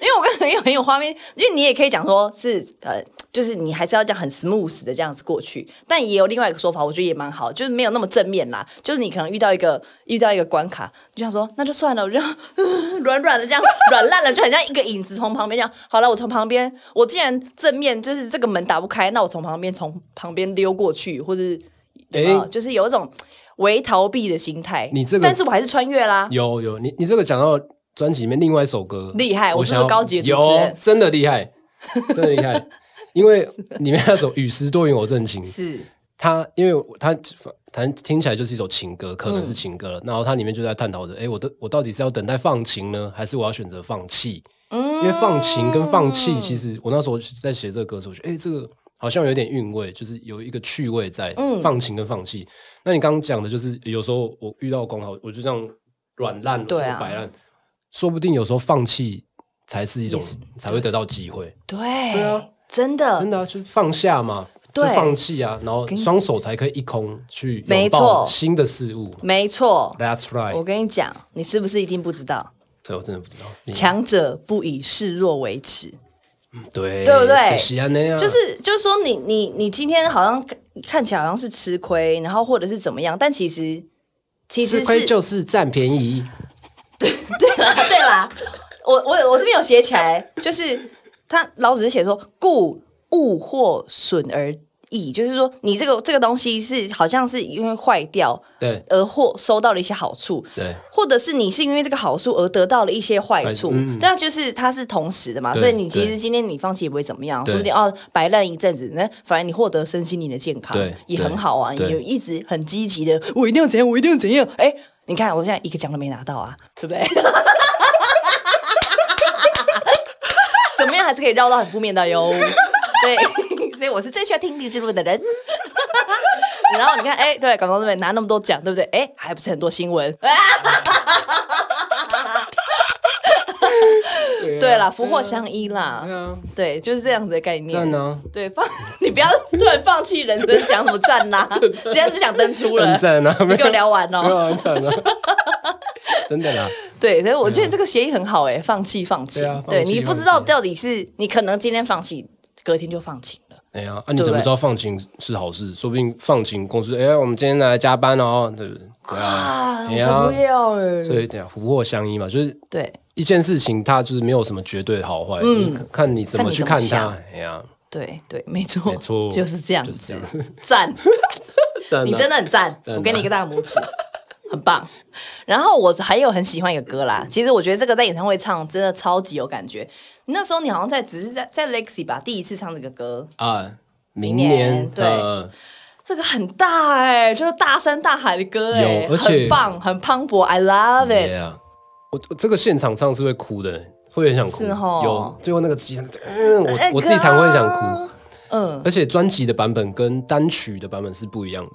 Speaker 1: 因为我刚很有很有画面，因为你也可以讲说是呃，就是你还是要这样很 smooth 的这样子过去，但也有另外一个说法，我觉得也蛮好，就是没有那么正面啦，就是你可能遇到一个遇到一个关卡，就想说那就算了，我就呃 软软的这样软烂了，就很像一个影子从旁边这样。好了，我从旁边，我既然正面就是这个门打不开，那我从旁边从旁边溜过去，或是有没有
Speaker 2: 诶
Speaker 1: 就是有一种为逃避的心态。
Speaker 2: 你这个
Speaker 1: 但是我还是穿越啦。
Speaker 2: 有有，你你这个讲到专辑里面另外一首歌，
Speaker 1: 厉害我是不是
Speaker 2: 想要
Speaker 1: 高级的主持人
Speaker 2: 有真的厉害，真的厉害，因为里面那首《与时多云我正情》，
Speaker 1: 是
Speaker 2: 它因为它弹听起来就是一首情歌，可能是情歌了，然后它里面就在探讨着，哎，我的我到底是要等待放晴呢，还是我要选择放弃？因为放晴跟放弃，
Speaker 1: 嗯
Speaker 2: 其实我那时候在写这个歌的时候，我觉得哎，诶这个好像有点韵味，就是有一个趣味在。
Speaker 1: 嗯
Speaker 2: 放晴跟放弃。那你刚刚讲的就是，有时候我遇到功劳，我就这样软烂，
Speaker 1: 对啊
Speaker 2: 我就摆烂，说不定有时候放弃才是一种
Speaker 1: 也是
Speaker 2: 才会得到机会。
Speaker 1: 对，
Speaker 2: 对啊
Speaker 1: 真的，
Speaker 2: 真的、啊、就放下嘛，就
Speaker 1: 呃对
Speaker 2: 放弃啊，然后双手才可以一空去
Speaker 1: 没
Speaker 2: 拥抱
Speaker 1: 错
Speaker 2: 新的事物。
Speaker 1: 没错。
Speaker 2: That's
Speaker 1: 我
Speaker 2: right，
Speaker 1: 跟你讲，你是不是一定不知道？
Speaker 2: 对我真的不知道，你
Speaker 1: 强者不以示弱为耻，
Speaker 2: 嗯对
Speaker 1: 对不对
Speaker 2: 西安那样啊
Speaker 1: 就是就是说你，你你今天好像看看起来好像是吃亏，然后或者是怎么样，但其实其实
Speaker 2: 吃
Speaker 1: 是
Speaker 2: 亏就是占便宜，
Speaker 1: 对啦 对啦。我我我这边有写起来，就是他老子是写说故物或损而益，就是说你这个这个东西是好像是因为坏掉
Speaker 2: 对
Speaker 1: 而获收到了一些好处，
Speaker 2: 对
Speaker 1: 或者是你是因为这个好处而得到了一些坏处
Speaker 2: 哎嗯，
Speaker 1: 这样就是它是同时的嘛，
Speaker 2: 对
Speaker 1: 所以你其
Speaker 2: 对
Speaker 1: 实今天你放弃也不会怎么样，
Speaker 2: 对
Speaker 1: 说不定哦白烂一阵子，那反而你获得身心灵的健康
Speaker 2: 对
Speaker 1: 也很好啊，你
Speaker 2: 对
Speaker 1: 就一直很积极的，我一定要怎样，我一定要怎样，哎，你看我现在一个奖都没拿到啊，对不对？ 怎么样还是可以绕到很负面的 哟，对，所以我是最需要听励志录的人。 然后你看，哎、对，广东这边拿那么多奖，对不对？哎、还不是很多新闻。
Speaker 2: 啊
Speaker 1: 对啦，福祸相依啦，对，就是这样子的概念。
Speaker 2: 嗯赞啊
Speaker 1: 对，放 你不要突然放弃人生，讲什么赞 呐、今天是不是想登出了
Speaker 2: 很？赞啊，
Speaker 1: 你
Speaker 2: 没
Speaker 1: 跟我
Speaker 2: 有
Speaker 1: 聊完
Speaker 2: 没有
Speaker 1: 哦。
Speaker 2: 很赞啊，真的啦，
Speaker 1: 对，所以我觉得这个协议很好哎、放弃，放弃。
Speaker 2: 嗯对啊放弃
Speaker 1: 你不知道到底是你可能今天放弃，隔天就放弃了。
Speaker 2: 哎呀，啊你怎么知道放晴是好事？说不定放晴公司，哎，我们今天来加班哦，对不对？对啊，哎呀
Speaker 1: 我，要哎
Speaker 2: 所以对啊，福祸相依嘛，就是
Speaker 1: 对
Speaker 2: 一件事情，它就是没有什么绝对好坏，嗯，看看你怎么去看
Speaker 1: 看你怎
Speaker 2: 它
Speaker 1: 么。
Speaker 2: 哎呀，
Speaker 1: 对对，没错，
Speaker 2: 没 错
Speaker 1: 就是这样
Speaker 2: 就是这
Speaker 1: 子
Speaker 2: 样，
Speaker 1: 赞。
Speaker 2: 赞啊
Speaker 1: 你真的很赞，
Speaker 2: 赞啊
Speaker 1: 我给你一个大拇指， 很棒。然后我还有很喜欢一个歌啦，其实我觉得这个在演唱会唱真的超级有感觉。那时候你好像在只是在在 Lexi 吧第一次唱这个歌，
Speaker 2: 啊，明
Speaker 1: 明年
Speaker 2: 年
Speaker 1: 对
Speaker 2: 呃
Speaker 1: 这个很大哎、就是大山大海的歌哎、
Speaker 2: 有而且
Speaker 1: 很棒，很磅礴，I love it。
Speaker 2: yeah，我哎我这个现场唱是会哭的，会很想哭。
Speaker 1: 是吼
Speaker 2: 有最后那个吉他，嗯，我
Speaker 1: 哎
Speaker 2: 我自己弹会很想哭。
Speaker 1: 哥嗯，
Speaker 2: 而且专辑的版本跟单曲的版本是不一样的，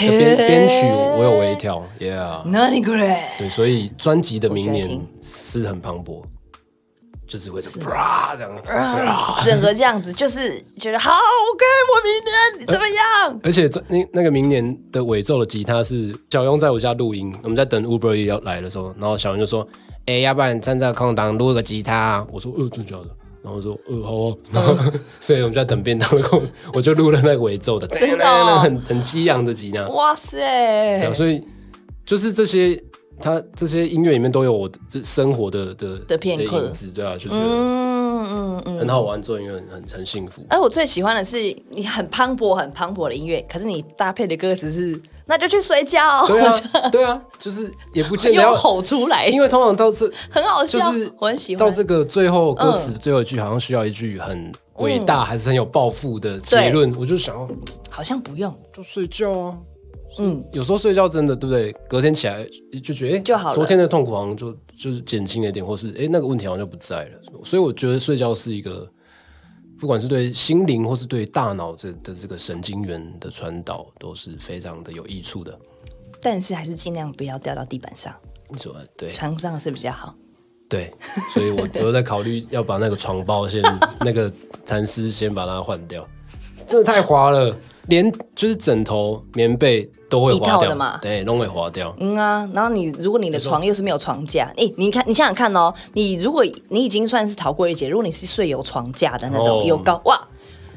Speaker 2: 编编曲我有微调，Yeah，
Speaker 1: 那你 great，
Speaker 2: 对，所以专辑的明
Speaker 1: 我觉得
Speaker 2: 年
Speaker 1: 挺
Speaker 2: 是很磅礴，就是会这样啪这样。
Speaker 1: 整个这样子就是觉得好，OK，我明天怎么样？
Speaker 2: 而且这那那个明年的尾奏的吉他是小庸在我家录音，我们在等 Uber Eats 要来的时候，然后小庸就说：“哎、要不然趁这个空档录个吉他啊、我说：“呃，真的假的？”然后我说：“呃，好哦。”
Speaker 1: 嗯
Speaker 2: 然后 所以我们就在等便当的空，我就录了那个尾奏的，
Speaker 1: 真的哦
Speaker 2: 很很激昂的吉他。
Speaker 1: 哇塞
Speaker 2: 对啊，，所以就是这些，他这些音乐里面都有我的这生活的的
Speaker 1: 的片刻
Speaker 2: 影子，对啊，就觉得
Speaker 1: 嗯嗯嗯。
Speaker 2: 很好玩，做音乐很很很幸 福。
Speaker 1: 而我最喜欢的是你很磅礴、很磅礴的音乐，可是你搭配的歌词是“那就去睡觉
Speaker 2: 对啊，对啊，就是也不”，见得
Speaker 1: 又
Speaker 2: 要，
Speaker 1: 吼出来，
Speaker 2: 因为通常到 这
Speaker 1: 很好
Speaker 2: 就
Speaker 1: 笑，
Speaker 2: 是
Speaker 1: 我很喜欢。嗯
Speaker 2: 到这个最后歌词最后一句，好像需要一句很伟大还是很有抱负的结论，我就想要
Speaker 1: 好像不用，
Speaker 2: 就嗯睡觉啊。
Speaker 1: 嗯，
Speaker 2: 有时候睡觉真的对不对？隔天起来就觉得，哎、
Speaker 1: 就好了
Speaker 2: 昨天的痛苦好像就就是减轻了一点，或是哎、那个问题好像就不在了。所以我觉得睡觉是一个，不管是对心灵或是对大脑这的这个神经元的传导，都是非常的有益处的。
Speaker 1: 但是还是尽量不要掉到地板上。
Speaker 2: 你说对
Speaker 1: 床上是比较好。
Speaker 2: 对，所 以我我又在考虑要把那个床包先 那个蚕丝先把它换掉，真的太滑了，连就是枕头、棉被都会
Speaker 1: 一
Speaker 2: 滑
Speaker 1: 套
Speaker 2: 掉
Speaker 1: 的嘛
Speaker 2: 对，都会滑掉。
Speaker 1: 嗯啊，然后你如果你的床又是没有床架，诶，你看你想想看哦，你如果你已经算是逃过一劫，如果你是睡有床架的那种，
Speaker 2: 哦
Speaker 1: 有高哇，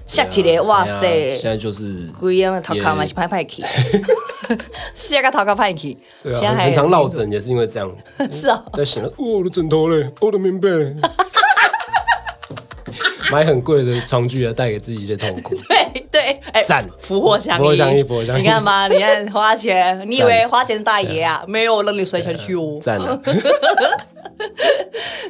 Speaker 1: 下起来
Speaker 2: 对啊
Speaker 1: 哇
Speaker 2: 对啊
Speaker 1: 塞
Speaker 2: 现，在就是
Speaker 1: 鬼样的头壳嘛
Speaker 2: 也
Speaker 1: 是拍拍去， 下个头壳拍去，
Speaker 2: 对啊，很 常落枕也是因为这样，
Speaker 1: 是哦，
Speaker 2: 在醒了，哦，我的枕头嘞，哦我的棉 被嘞，买很贵的床具啊，带给自己一些痛苦。
Speaker 1: 对对，哎
Speaker 2: 赞
Speaker 1: 福祸相
Speaker 2: 福祸
Speaker 1: 依，
Speaker 2: 相依福祸相依
Speaker 1: 你看 吧，你看花钱，你以为花钱是大爷啊？没有，我让你摔下去哦。
Speaker 2: 赞啊 了，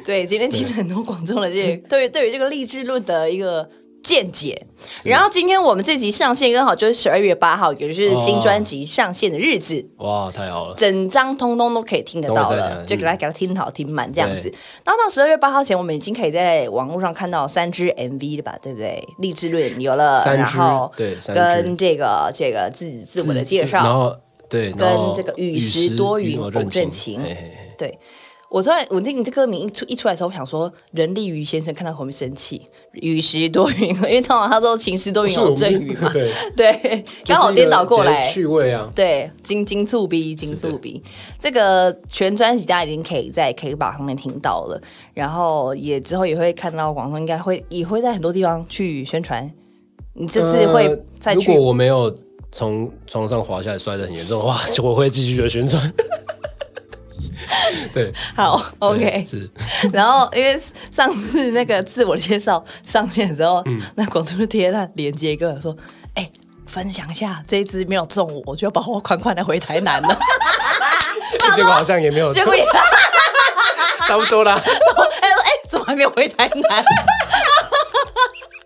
Speaker 1: 对，今天听了很多广众的这个对于对于这个励志论的一个见解。然后今天我们这集上线刚好就是十二月八号，也就是
Speaker 2: 哦
Speaker 1: 新专辑上线的日子。
Speaker 2: 哇，太好了，
Speaker 1: 整张通通都可以听得到
Speaker 2: 都会在
Speaker 1: 了，
Speaker 2: 嗯
Speaker 1: 就给大家给它听好听满这样子。然后到十二月八号前，我们已经可以在网络上看到三支 MV 了吧，对不对？励志论有了，
Speaker 2: 三支
Speaker 1: 然后
Speaker 2: 对三支嗯
Speaker 1: 跟这个这个自自我的介绍，
Speaker 2: 然后对，然后
Speaker 1: 跟这个与时多云
Speaker 2: 与我
Speaker 1: 偶正晴
Speaker 2: 嘿嘿嘿
Speaker 1: 对我突然，我那你这歌名一出一出来的时候，我想说人力鱼先生看到后面生气，雨时多云，因为通常他说晴时多云有阵雨嘛，
Speaker 2: 对，
Speaker 1: 对， 刚好颠倒过来
Speaker 2: 就是一个节日，趣味 啊，
Speaker 1: 对，金金醋鼻，金醋鼻，这个全专辑大家已经可以在 K 榜上面听到了，然后也之后也会看到广东应该会也会在很多地方去宣传，你这次会
Speaker 2: 呃
Speaker 1: 再
Speaker 2: 如
Speaker 1: 去
Speaker 2: 果我没有从床上滑下来摔得很严重的话， 我会继续的旋转。对
Speaker 1: 好，OK，
Speaker 2: 对 是
Speaker 1: 然后因为上次那个自我介绍上线的时候，
Speaker 2: 嗯
Speaker 1: 那广州的贴那连接跟我说：“哎、分享一下这一支没有中我，我就要把我款款的回台南了。
Speaker 2: 结果好像也没”有，
Speaker 1: 结果也
Speaker 2: 差不多 啦。
Speaker 1: 哎说哎，怎么还没有回台南？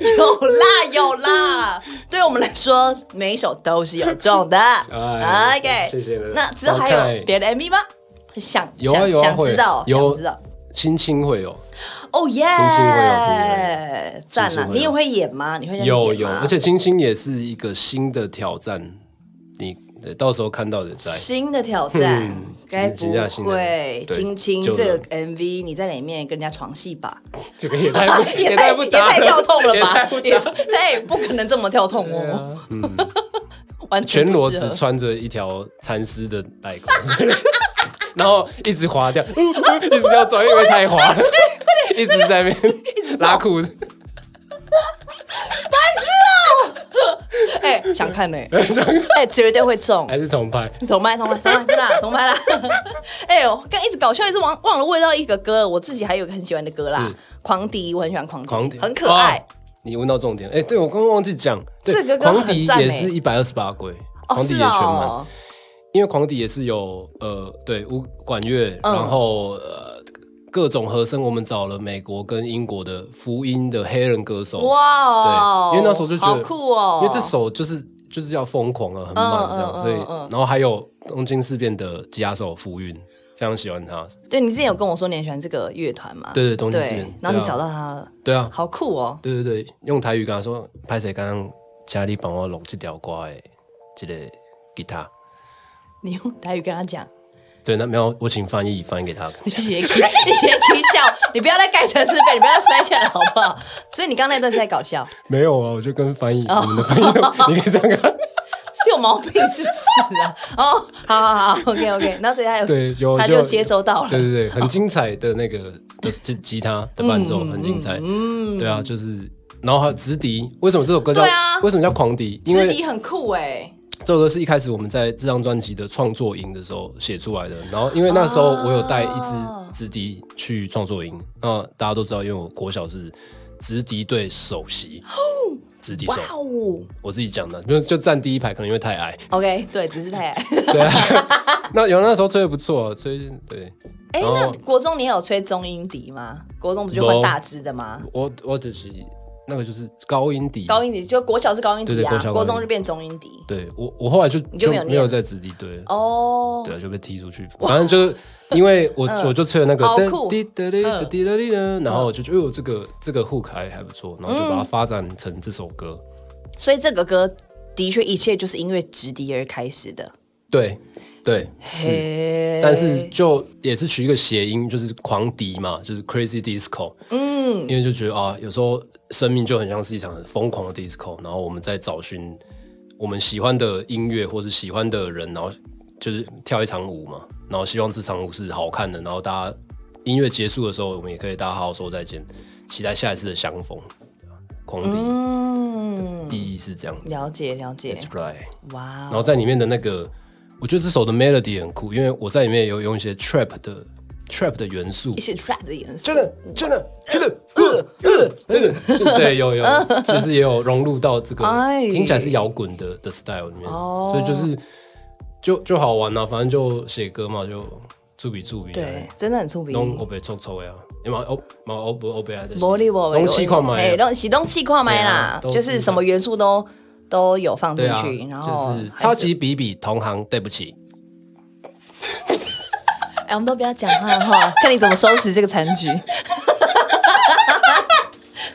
Speaker 1: 有啦有啦，对我们来说每一首都是有中的。
Speaker 2: 哎
Speaker 1: OK，
Speaker 2: 谢谢了
Speaker 1: 那之后还
Speaker 2: 好
Speaker 1: 有
Speaker 2: 看
Speaker 1: 别的 MV 吗？想
Speaker 2: 有啊
Speaker 1: 想
Speaker 2: 有啊
Speaker 1: 想
Speaker 2: 会
Speaker 1: 知道，
Speaker 2: 有
Speaker 1: 想知道。
Speaker 2: 亲亲会有
Speaker 1: 哦耶
Speaker 2: 亲戚会有亲戚会！
Speaker 1: 赞
Speaker 2: 亲戚
Speaker 1: 了
Speaker 2: 会，有
Speaker 1: 你也会演吗？你会在那边
Speaker 2: 有有，
Speaker 1: 演吗
Speaker 2: 而且亲亲也是一个新的挑战，你对到时候看到的在。
Speaker 1: 新的挑战
Speaker 2: 嗯，
Speaker 1: 该
Speaker 2: 新
Speaker 1: 不
Speaker 2: 的新的
Speaker 1: 会
Speaker 2: 对
Speaker 1: 青青
Speaker 2: 旧的
Speaker 1: 这个 MV 你在里面跟人家床戏吧？
Speaker 2: 这个也太不
Speaker 1: 也
Speaker 2: 太
Speaker 1: 太
Speaker 2: 不
Speaker 1: 也
Speaker 2: 搭
Speaker 1: 太跳痛了
Speaker 2: 也
Speaker 1: 吧
Speaker 2: 太不？搭
Speaker 1: 也是哎，不可能这么跳痛哦， 完全
Speaker 2: 啊嗯全
Speaker 1: 不
Speaker 2: 裸
Speaker 1: 适
Speaker 2: 只
Speaker 1: 合
Speaker 2: 穿着一条蚕丝的带裤，然后一直滑掉，一直要走，因为太滑了，一直在那边拉裤子，
Speaker 1: 哎，想 看呢，哎，绝对会中。
Speaker 2: 还是重拍。
Speaker 1: 重拍，重拍，重拍，真的啊重拍啦！ 哎呦，刚一直搞笑，一直忘忘了味道一个歌了。我自己还有一个很喜欢的歌啦
Speaker 2: 是，
Speaker 1: 狂迪，我很喜欢狂
Speaker 2: 狂
Speaker 1: 迪，
Speaker 2: 迪
Speaker 1: 很可爱。
Speaker 2: 哦你问到重点，哎、对我刚刚忘记讲，对
Speaker 1: 这个歌
Speaker 2: 狂迪
Speaker 1: 很赞
Speaker 2: 也
Speaker 1: 哎
Speaker 2: 是一百二十八归，
Speaker 1: 哦，
Speaker 2: 狂迪
Speaker 1: 是
Speaker 2: 也全满，
Speaker 1: 哦，
Speaker 2: 因为狂迪也是有呃，对无管乐，
Speaker 1: 嗯
Speaker 2: 然后呃各种和声，我们找了美国跟英国的福音的黑人歌手，
Speaker 1: 哇哦，
Speaker 2: 对，因为那时候就觉得
Speaker 1: 好酷哦，
Speaker 2: 因为这首就是就是要疯狂啊，很慢这样，
Speaker 1: 嗯嗯
Speaker 2: 所以
Speaker 1: 嗯嗯
Speaker 2: 然后还有东京事变的吉他手浮云，非常喜欢他。
Speaker 1: 对你之前有跟我说你很喜欢这个乐团嘛？
Speaker 2: 对对东京事
Speaker 1: 对
Speaker 2: 变，
Speaker 1: 然后
Speaker 2: 对
Speaker 1: 你
Speaker 2: 啊
Speaker 1: 找到他了，
Speaker 2: 对啊，
Speaker 1: 好酷哦！
Speaker 2: 对对对，用台语跟他说，拍谁刚刚家里帮我录这条歌的这个吉他。
Speaker 1: 你用台语跟他讲，
Speaker 2: 对，那没有，我请翻译翻译给他。
Speaker 1: 你斜 K，你斜 K 笑，你不要再盖成是被，你不要再摔下来好不好？所以你刚那段是在搞笑，
Speaker 2: 没有啊，我就跟翻
Speaker 1: 哦
Speaker 2: 译，我们的翻译，你可以这样看。
Speaker 1: 是有毛病是不是啊？哦，好好好，OK OK，那所以他 有
Speaker 2: 对，有
Speaker 1: 他就接收到了哦
Speaker 2: 对对对，很精彩的那个，就是 吉吉他的伴奏
Speaker 1: 嗯
Speaker 2: 很精彩。嗯，对啊，就是，然后还有直笛，为什么这首歌叫
Speaker 1: 对啊
Speaker 2: 为什么叫狂笛？因
Speaker 1: 肢
Speaker 2: 为
Speaker 1: 体很酷哎，
Speaker 2: 这首歌是一开始我们在这张专辑的创作营的时候写出来的。然后因为那时候我有带一
Speaker 1: 哦
Speaker 2: 支直笛去创作营，那大家都知道，因为我国小是直笛队首席，直笛手
Speaker 1: 哇，哦
Speaker 2: 我自己讲的，就就站第一排，可能因为太矮。
Speaker 1: ，OK，对，只是太矮。
Speaker 2: 对啊， 那有那时候吹的不错，吹对。
Speaker 1: 哎，
Speaker 2: 然
Speaker 1: 那
Speaker 2: 后
Speaker 1: 国中你有吹中音笛吗？国中不就
Speaker 2: 没
Speaker 1: 会
Speaker 2: 有
Speaker 1: 大支的吗？
Speaker 2: 我我只是那个就是高音底，
Speaker 1: 高音笛就国小是高音
Speaker 2: 对
Speaker 1: 笛
Speaker 2: 对国
Speaker 1: 啊
Speaker 2: 小高，音
Speaker 1: 国中就变中音笛。
Speaker 2: 对我我后来就
Speaker 1: 你就没有
Speaker 2: 没有
Speaker 1: 练
Speaker 2: 在直笛队，
Speaker 1: 哦，
Speaker 2: 对啊，就被踢出去。反 正就是因为我我就吹了那个
Speaker 1: 好
Speaker 2: 噔
Speaker 1: 嗯酷嗯
Speaker 2: 滴哒滴哒滴哒滴哒，然后我就觉得哟这个这个 hook 还还不错，然后就把它发展成这首歌。
Speaker 1: 所以这个歌的确一切就是因为直笛而开始的。
Speaker 2: 对对是。
Speaker 1: 嘿
Speaker 2: 但是就也是取一个谐音，就是狂迪嘛，就是 crazy disco。嗯，因为就觉得啊，有时候生命就很像是一场很疯狂的 disco，然后我们在找寻我们喜欢的音乐或是喜欢的人，然后就是跳一场舞嘛，然后希望这场舞是好看的，然后大家音乐结束的时候，我们也可以大家好好说再见，期待下一次的相逢。狂迪、
Speaker 1: 嗯，
Speaker 2: 意义是这样子
Speaker 1: 了解了解，
Speaker 2: ，explore。
Speaker 1: 哇
Speaker 2: 然
Speaker 1: 哦，
Speaker 2: 后在里面的那个，我觉得这首的 melody 很酷，因为我在里面有用一些 trap 的 trap 的元素
Speaker 1: 一，些 rap 的元素，
Speaker 2: 真的真的真的呃真的真的嗯真的，对，有有，就是也有融入到这个
Speaker 1: 哎
Speaker 2: 听起来是摇滚的的 style 里面，
Speaker 1: 哦
Speaker 2: 所以就是就就好玩啊，反正就写歌嘛，就助比啊助比，
Speaker 1: 对，真的很出名。
Speaker 2: 弄欧北臭臭呀，你嘛欧嘛欧不欧北还在，
Speaker 1: 魔力我
Speaker 2: 弄气矿嘛，
Speaker 1: 哎，拢是拢气矿买啦，
Speaker 2: 对啊
Speaker 1: 就是什么元素都都有放进
Speaker 2: 对啊
Speaker 1: 去，然，后
Speaker 2: 就是
Speaker 1: 还
Speaker 2: 超级比比同行，对不起。
Speaker 1: 哎，我们都不要讲话哈， 看你怎么收拾这个残 局。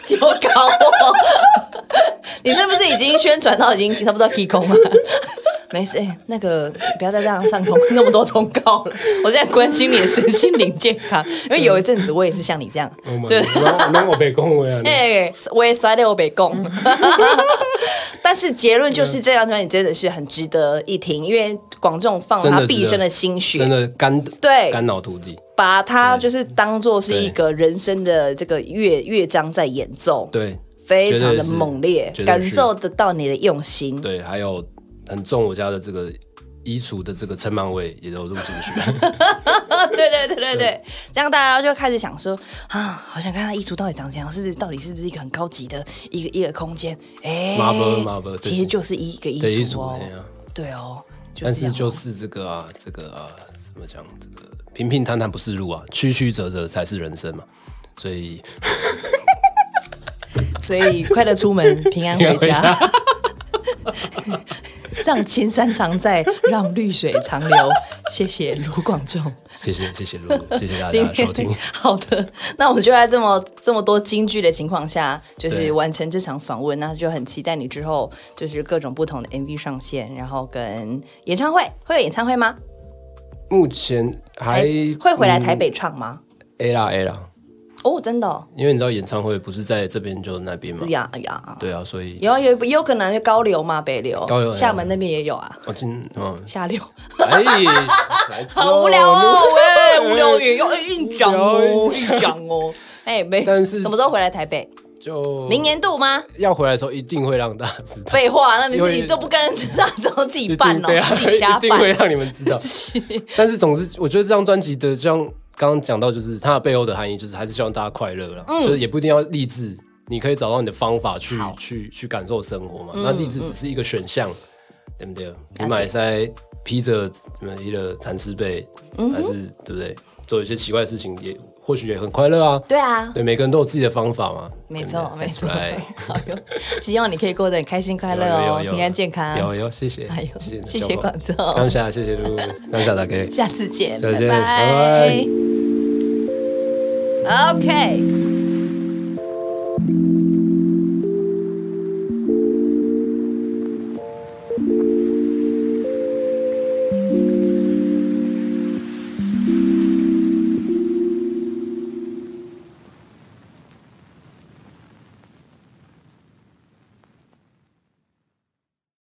Speaker 1: 丢搞我！你是不是已经宣传到已经差不多提空了？ 没事，哎那个不要再这样上通那么多通告了。我现在关心你的身心灵健康，因为有一阵子我也是像你这样，对，
Speaker 2: 弄弄欧北恭 维啊，你
Speaker 1: 哎、我也塞了我北 贡。但是结论就是，这张专辑真的是很值得一听，因为广众放了
Speaker 2: 真
Speaker 1: 哦他
Speaker 2: 的
Speaker 1: 毕生的心血，
Speaker 2: 真的肝
Speaker 1: 对
Speaker 2: 肝脑涂地，
Speaker 1: 把它就是当做是
Speaker 2: 对
Speaker 1: 一个人生的这个乐乐章在演奏，
Speaker 2: 对
Speaker 1: 非常
Speaker 2: 绝
Speaker 1: 的
Speaker 2: 对是
Speaker 1: 猛烈
Speaker 2: 绝，对
Speaker 1: 感
Speaker 2: 是
Speaker 1: 受得到你的用心。
Speaker 2: 对，还有很重我家的这个衣橱的这个陈满伟也都录进 去，
Speaker 1: 对 对对对对，这样大家就开始想说啊，好想看他衣橱到底长怎样，是不是到底是不是一个很高级的一个一个空间？哎、
Speaker 2: 麻不麻不对
Speaker 1: 其实就是一个衣
Speaker 2: 对衣
Speaker 1: 橱
Speaker 2: 橱
Speaker 1: 哦
Speaker 2: 哎，呀，
Speaker 1: 对哦，
Speaker 2: 但是
Speaker 1: 就
Speaker 2: 就是是这个啊，这个啊，怎么讲？这个平平坦坦不是路啊，曲曲折折才是人生嘛。所以
Speaker 1: 这样哦所以快乐出 门，平安回
Speaker 2: 平安
Speaker 1: 家。让青山常在，让绿水长 流。谢谢卢广仲。
Speaker 2: 谢谢谢谢露，谢谢大
Speaker 1: 今
Speaker 2: 家的收听
Speaker 1: 天。好的，那我们就在这么这么多京剧的情况下，就是
Speaker 2: 对
Speaker 1: 完成这场访问，那就很期待你之后就是各种不同的 MV 上线，然后跟演唱会，会有演唱会吗？
Speaker 2: 目前还嗯
Speaker 1: 哎会回来台北唱吗？
Speaker 2: A 啦 A 啦，
Speaker 1: 哦，真的、哦，
Speaker 2: 因为你知道演唱会不是在这边就是那边嘛，
Speaker 1: 呀呀，
Speaker 2: 对啊，所以
Speaker 1: 有啊有也有可能就高流嘛，北流，
Speaker 2: 高流哎
Speaker 1: 厦门那边也有啊，
Speaker 2: 我今嗯，
Speaker 1: 下流，
Speaker 2: 哎，来自
Speaker 1: 好
Speaker 2: 哦哎
Speaker 1: 无聊哦， 喂，无聊也要硬讲哦，硬讲哦， 哎，没，
Speaker 2: 但是
Speaker 1: 什么时候回来台北？
Speaker 2: 就
Speaker 1: 明年度吗？
Speaker 2: 要回来的时候，一定会让大家 知道。
Speaker 1: 废话，那你自己
Speaker 2: 因为
Speaker 1: 都不跟人家之后自己办
Speaker 2: 一定
Speaker 1: 哦，
Speaker 2: 对啊，
Speaker 1: 自己瞎
Speaker 2: 一定会
Speaker 1: 办。
Speaker 2: 让你们知道。 但是总之，我觉得这张专辑的，就像刚刚讲到，就是它的背后的含义，就是还是希望大家快乐啦。
Speaker 1: 嗯
Speaker 2: 就是也不一定要励志，你可以找到你的方法去去去感受生活嘛。
Speaker 1: 嗯
Speaker 2: 那励志只是一个选项，对不对？你买塞披着呃披着蚕丝被，
Speaker 1: 嗯
Speaker 2: 还是对不对？做一些奇怪的事情，也或许也很快乐啊。
Speaker 1: 对啊，
Speaker 2: 对，每个人都有自己的方法嘛。
Speaker 1: 没错没错
Speaker 2: 来，
Speaker 1: 好哟，希望你可以过得很开心快乐哦，平安健康。
Speaker 2: 有有，谢谢，
Speaker 1: 哎呦
Speaker 2: 谢谢你的
Speaker 1: 谢谢
Speaker 2: 交往
Speaker 1: 广州
Speaker 2: 感谢谢谢露露，感谢大家。
Speaker 1: 下次见，
Speaker 2: 再见
Speaker 1: 拜
Speaker 2: 拜
Speaker 1: OK。